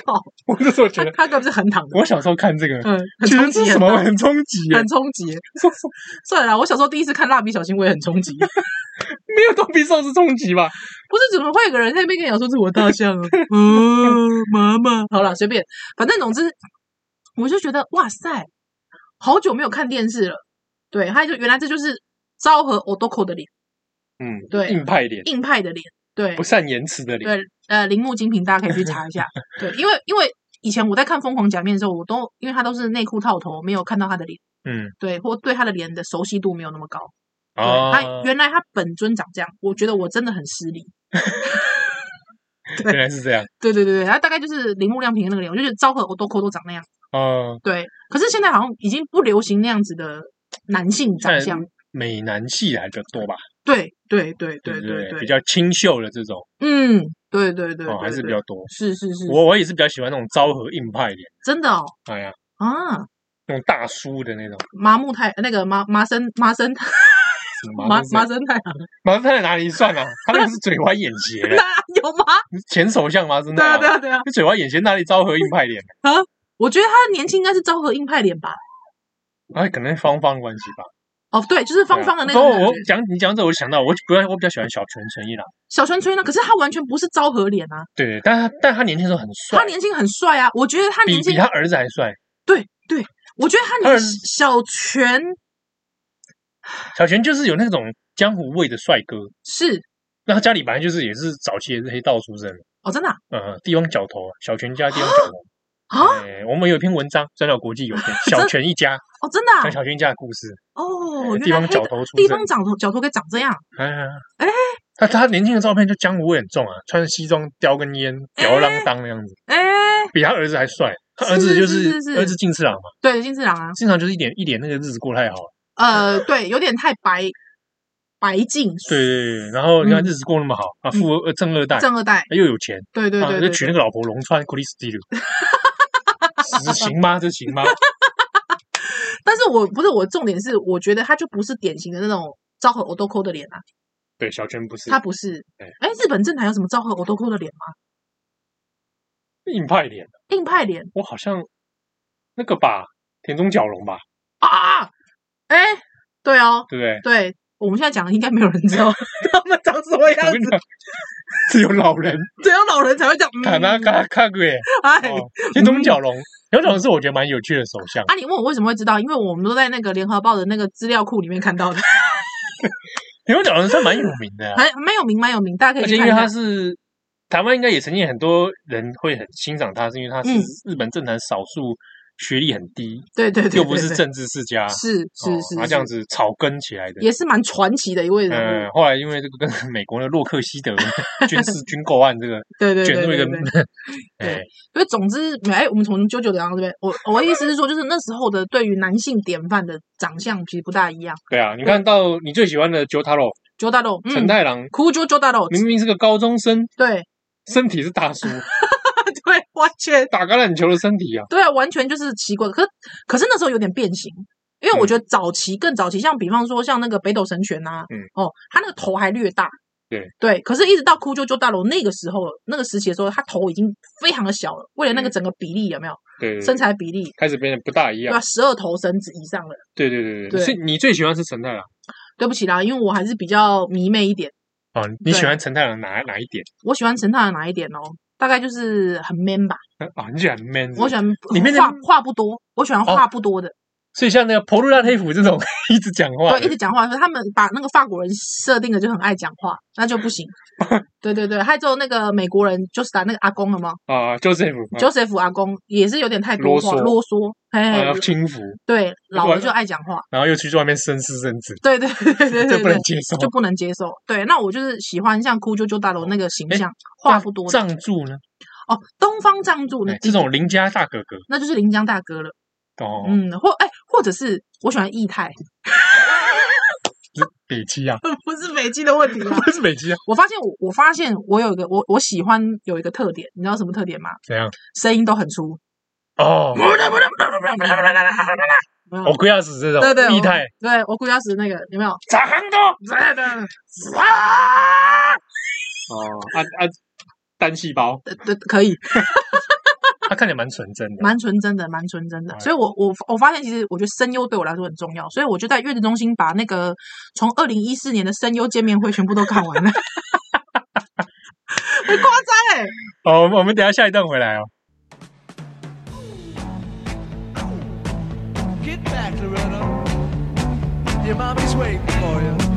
[SPEAKER 3] 靠，
[SPEAKER 2] 我那时候觉
[SPEAKER 3] 他
[SPEAKER 2] 得，
[SPEAKER 3] 他根本是横躺的，
[SPEAKER 2] 我小时候看这个，
[SPEAKER 3] 嗯，很
[SPEAKER 2] 其
[SPEAKER 3] 冲
[SPEAKER 2] 实
[SPEAKER 3] 击
[SPEAKER 2] 是什
[SPEAKER 3] 很
[SPEAKER 2] 么
[SPEAKER 3] 大，
[SPEAKER 2] 很冲击耶，
[SPEAKER 3] 很冲击。 算了啦，我小时候第一次看《蜡笔小新》，我也很冲击。
[SPEAKER 2] 没有豆皮寿司冲击吧？
[SPEAKER 3] 不是怎么会有个人在那边跟你讲说这是我大象啊？ 哦，妈妈，好了，随便，反正总之，我就觉得哇塞，好久没有看电视了。对，还有就原来这就是昭和 Odoko 的脸，
[SPEAKER 2] 嗯，
[SPEAKER 3] 对
[SPEAKER 2] 硬派脸，
[SPEAKER 3] 硬派的脸，对
[SPEAKER 2] 不善言辞的脸，
[SPEAKER 3] 对，呃，铃木精平大家可以去查 一下，对，因为因为以前我在看《疯狂假面》的时候，我都因为他都是内裤套头，没有看到他的脸，
[SPEAKER 2] 嗯
[SPEAKER 3] 对，或对他的脸的熟悉度没有那么高。对，
[SPEAKER 2] 啊
[SPEAKER 3] 他，原来他本尊长这样，我觉得我真的很失礼。
[SPEAKER 2] 原来是这样，
[SPEAKER 3] 对对对对，他大概就是铃木亮平的那个脸，我就觉得昭和 o d o 都长那样。
[SPEAKER 2] 嗯，
[SPEAKER 3] 对，可是现在好像已经不流行那样子的男性长相。
[SPEAKER 2] 美男系还比较多吧，
[SPEAKER 3] 对对对
[SPEAKER 2] 对
[SPEAKER 3] 对
[SPEAKER 2] 不
[SPEAKER 3] 对
[SPEAKER 2] 比
[SPEAKER 3] 对，
[SPEAKER 2] 较清秀的这种，
[SPEAKER 3] 嗯，对对对，
[SPEAKER 2] 哦，还
[SPEAKER 3] 对
[SPEAKER 2] 是比
[SPEAKER 3] 对
[SPEAKER 2] 较多。
[SPEAKER 3] 是是是，
[SPEAKER 2] 我我也是比较喜欢那种昭和硬派脸，
[SPEAKER 3] 真的哦
[SPEAKER 2] 哎呀，
[SPEAKER 3] 啊，
[SPEAKER 2] 那种大叔的那种。
[SPEAKER 3] 麻木太那个麻麻生麻生
[SPEAKER 2] 什么
[SPEAKER 3] 麻
[SPEAKER 2] 麻
[SPEAKER 3] 麻
[SPEAKER 2] 生
[SPEAKER 3] 生太郎
[SPEAKER 2] 麻生在哪里算啊？他 那个是嘴歪眼斜的，
[SPEAKER 3] 有吗？
[SPEAKER 2] 前首相麻生
[SPEAKER 3] 对啊
[SPEAKER 2] 太
[SPEAKER 3] 对
[SPEAKER 2] 郎，
[SPEAKER 3] 啊对啊，
[SPEAKER 2] 那嘴歪眼斜哪里昭和硬派脸？
[SPEAKER 3] 我觉得他的年轻应该是昭和硬派脸吧。
[SPEAKER 2] 哎，可能方方的关系吧。
[SPEAKER 3] 哦，对，就是
[SPEAKER 2] 对啊
[SPEAKER 3] 方方的那
[SPEAKER 2] 不
[SPEAKER 3] 种
[SPEAKER 2] 过
[SPEAKER 3] 感
[SPEAKER 2] 我
[SPEAKER 3] 觉。
[SPEAKER 2] 讲你讲这，我就想到我比较我比较喜欢小泉纯一郎，
[SPEAKER 3] 小泉纯一郎，可是他完全不是昭和脸啊，
[SPEAKER 2] 对对，但他但他年轻的时候很帅
[SPEAKER 3] 他，年轻很帅啊，我觉得他
[SPEAKER 2] 比
[SPEAKER 3] 年轻
[SPEAKER 2] 比他儿子还帅。
[SPEAKER 3] 对对，我觉得他
[SPEAKER 2] 二
[SPEAKER 3] 年小泉
[SPEAKER 2] 小泉就是有那种江湖味的帅哥，
[SPEAKER 3] 是
[SPEAKER 2] 那他家里本来就是也是早期也是黑道出身，
[SPEAKER 3] 哦，真的啊
[SPEAKER 2] 呃，地方角头，小泉家地方角头。
[SPEAKER 3] 啊
[SPEAKER 2] 哎我们有一篇文章，转角国际 有篇小泉一家，
[SPEAKER 3] 哦，真的啊
[SPEAKER 2] 讲小泉一家的故事，
[SPEAKER 3] 哦，
[SPEAKER 2] 哎
[SPEAKER 3] 原
[SPEAKER 2] 地
[SPEAKER 3] 来
[SPEAKER 2] 方
[SPEAKER 3] 黑
[SPEAKER 2] 角
[SPEAKER 3] 的
[SPEAKER 2] 头出
[SPEAKER 3] 地
[SPEAKER 2] 身
[SPEAKER 3] 方。长头角头可以长这样，
[SPEAKER 2] 哎哎，哎他
[SPEAKER 3] 哎
[SPEAKER 2] 他年轻的照片就江湖味很重啊，穿着西装叼根烟，吊儿郎当的样子，
[SPEAKER 3] 哎，
[SPEAKER 2] 比他儿子还帅。他
[SPEAKER 3] 是
[SPEAKER 2] 儿子就是
[SPEAKER 3] 是是是
[SPEAKER 2] 儿子进次郎嘛，
[SPEAKER 3] 对，金次郎啊，
[SPEAKER 2] 进次郎就是一点一点那个日子过太好了，
[SPEAKER 3] 呃，对，有点太白白净，
[SPEAKER 2] 对对对。然后你看
[SPEAKER 3] 嗯
[SPEAKER 2] 日子过那么好啊，富二呃正二代
[SPEAKER 3] 正二代，
[SPEAKER 2] 又有钱，
[SPEAKER 3] 对对
[SPEAKER 2] 啊
[SPEAKER 3] 对
[SPEAKER 2] 就
[SPEAKER 3] 对
[SPEAKER 2] 娶
[SPEAKER 3] 对，
[SPEAKER 2] 那个老婆龙川 c h r i s t i 这行吗？这行 吗？
[SPEAKER 3] 但是我不是我重点是，我觉得他就不是典型的那种昭和 o d o k 的脸啊，
[SPEAKER 2] 对，小泉不是
[SPEAKER 3] 他不是
[SPEAKER 2] 对，
[SPEAKER 3] 哎，日本政坛有什么昭和 o d o k 的脸吗？
[SPEAKER 2] 硬派脸，
[SPEAKER 3] 硬派脸
[SPEAKER 2] 我好像那个吧，田中角荣吧，
[SPEAKER 3] 啊，哎，对哦，
[SPEAKER 2] 对不对？
[SPEAKER 3] 对，我们现在讲的应该没有人知道他们长什么
[SPEAKER 2] 我
[SPEAKER 3] 样
[SPEAKER 2] 跟你
[SPEAKER 3] 子，
[SPEAKER 2] 讲，只有老 人
[SPEAKER 3] 只有老人才会讲。
[SPEAKER 2] 卡纳
[SPEAKER 3] 嗯，
[SPEAKER 2] 卡卡鬼，
[SPEAKER 3] 哎，
[SPEAKER 2] 哦田中角荣，田中角荣是我觉得蛮有趣的首相。
[SPEAKER 3] 啊，你问我为什么会知道？因为我们都在那个联合报的那个资料库里面看 到的，哎
[SPEAKER 2] 田中角荣算蛮有名的啊，
[SPEAKER 3] 还蛮有名，蛮有名，大家可
[SPEAKER 2] 而
[SPEAKER 3] 以
[SPEAKER 2] 且
[SPEAKER 3] 去
[SPEAKER 2] 因为
[SPEAKER 3] 看一
[SPEAKER 2] 他
[SPEAKER 3] 下。
[SPEAKER 2] 是台湾应该也曾经很多人会很欣赏他，是因为他是
[SPEAKER 3] 嗯
[SPEAKER 2] 日本政坛少数学历很低，
[SPEAKER 3] 对对对，
[SPEAKER 2] 又不
[SPEAKER 3] 对
[SPEAKER 2] 是
[SPEAKER 3] 对
[SPEAKER 2] 政治世家，
[SPEAKER 3] 是
[SPEAKER 2] 哦
[SPEAKER 3] 是是，
[SPEAKER 2] 他这样
[SPEAKER 3] 是
[SPEAKER 2] 子草根起来的。
[SPEAKER 3] 也是蛮传奇的一位人
[SPEAKER 2] 嗯
[SPEAKER 3] 物，，
[SPEAKER 2] 后来因为这个跟美国的洛克希德 军 事军购案，这个
[SPEAKER 3] 对对
[SPEAKER 2] 卷
[SPEAKER 3] 对
[SPEAKER 2] 入一
[SPEAKER 3] 对
[SPEAKER 2] 个
[SPEAKER 3] 对。，
[SPEAKER 2] 哎，
[SPEAKER 3] 所以总之，哎，我们从九九聊到这边，我我的意思是说，就是那时候的对于男性典范的长相其实不大一样。
[SPEAKER 2] 对啊，你看到你最喜欢的九塔罗
[SPEAKER 3] 九大肉，
[SPEAKER 2] 陈
[SPEAKER 3] 嗯，
[SPEAKER 2] 太郎，
[SPEAKER 3] 哭九九大肉，
[SPEAKER 2] 明明是个高中生，
[SPEAKER 3] 对
[SPEAKER 2] 身体是大叔，
[SPEAKER 3] 对，完全
[SPEAKER 2] 打橄榄球的身体啊，
[SPEAKER 3] 对啊，完全就是奇怪。可可是那时候有点变形，
[SPEAKER 2] 嗯
[SPEAKER 3] 因为我觉得早期更早期，像比方说像那个北斗神拳啊，
[SPEAKER 2] 嗯
[SPEAKER 3] 哦，他那个头还略大，
[SPEAKER 2] 对
[SPEAKER 3] 对。可是，一直到哭啾啾大楼那个时候，那个时期的时候，他头已经非常的小了，为了那个整个比例有没有、
[SPEAKER 2] 对，对
[SPEAKER 3] 身
[SPEAKER 2] 对
[SPEAKER 3] 材比例，
[SPEAKER 2] 开始变得不嗯大一
[SPEAKER 3] 对
[SPEAKER 2] 样
[SPEAKER 3] 吧、。十二头身子以上了。
[SPEAKER 2] 对对对
[SPEAKER 3] 对
[SPEAKER 2] 对，是你最喜欢是陈太郎
[SPEAKER 3] 对不起啦，因为我还是比较迷妹一点，
[SPEAKER 2] 啊？你喜
[SPEAKER 3] 对
[SPEAKER 2] 欢陈太郎哪哪一点
[SPEAKER 3] 我喜欢陈太的哪一点哦？大概就是很 man 吧，
[SPEAKER 2] 啊？你喜欢 man？是不
[SPEAKER 3] 我
[SPEAKER 2] 是
[SPEAKER 3] 喜欢
[SPEAKER 2] 嗯里面的哦
[SPEAKER 3] 话话不多，我喜欢话不多的。
[SPEAKER 2] 所以像那个婆罗拉黑普这种 一直讲话
[SPEAKER 3] 哦对，一
[SPEAKER 2] 的，
[SPEAKER 3] 直讲话，他们把那个法国人设定的就很爱讲话，那就 不行。对对对，还有之后那个美国人就是打那个阿公了吗
[SPEAKER 2] 啊，Joseph 啊
[SPEAKER 3] ？Joseph 阿公也是有点太多
[SPEAKER 2] 啰
[SPEAKER 3] 话
[SPEAKER 2] 嗦
[SPEAKER 3] 啰嗦，
[SPEAKER 2] 啊
[SPEAKER 3] 哎
[SPEAKER 2] 要，轻浮，
[SPEAKER 3] 对，老
[SPEAKER 2] 果
[SPEAKER 3] 了就爱讲话，
[SPEAKER 2] 然后又出去外面绅士绅子，
[SPEAKER 3] 对对对对对
[SPEAKER 2] 这
[SPEAKER 3] 对
[SPEAKER 2] 不能
[SPEAKER 3] 对，
[SPEAKER 2] 接受。
[SPEAKER 3] 就不能接受。对，那我就是喜欢像哭啾啾大楼那个形
[SPEAKER 2] 哎
[SPEAKER 3] 象，话不多的
[SPEAKER 2] 藏柱呢？
[SPEAKER 3] 哦，东方藏柱呢
[SPEAKER 2] 哎，这种邻家大哥哥
[SPEAKER 3] 那就是临江大哥了，
[SPEAKER 2] 哦，
[SPEAKER 3] 嗯，或哎，或者是我喜欢义泰，
[SPEAKER 2] 北基啊，
[SPEAKER 3] 不是美肌的问题啦。
[SPEAKER 2] 不是北基啊，
[SPEAKER 3] 我发现我我发现我有一个我我喜欢有一个特点，你知道什么特点吗？
[SPEAKER 2] 怎样？
[SPEAKER 3] 声音都很粗。
[SPEAKER 2] 哦，
[SPEAKER 3] 有没有
[SPEAKER 2] 我龟要死这
[SPEAKER 3] 对对，哦
[SPEAKER 2] 种，
[SPEAKER 3] 我
[SPEAKER 2] 异态，
[SPEAKER 3] 对我估要死那个有没有？
[SPEAKER 2] 长很 多
[SPEAKER 3] 对对
[SPEAKER 2] 哦，啊啊，单细胞，
[SPEAKER 3] 对呃对，可以，
[SPEAKER 2] 他看起来蛮纯真的，
[SPEAKER 3] 蛮纯真的，蛮纯真的。
[SPEAKER 2] 哎
[SPEAKER 3] 所以我，我我发现，其实我觉得声优对我来说很重要，所以我就在阅读中心把那个从二零一四年的声优见面会全部都看完了， 很夸张哎、
[SPEAKER 2] 哦，我们等一下下一段回来哦。
[SPEAKER 1] Get back, Loretta. Your mommy's waiting for you. Oh,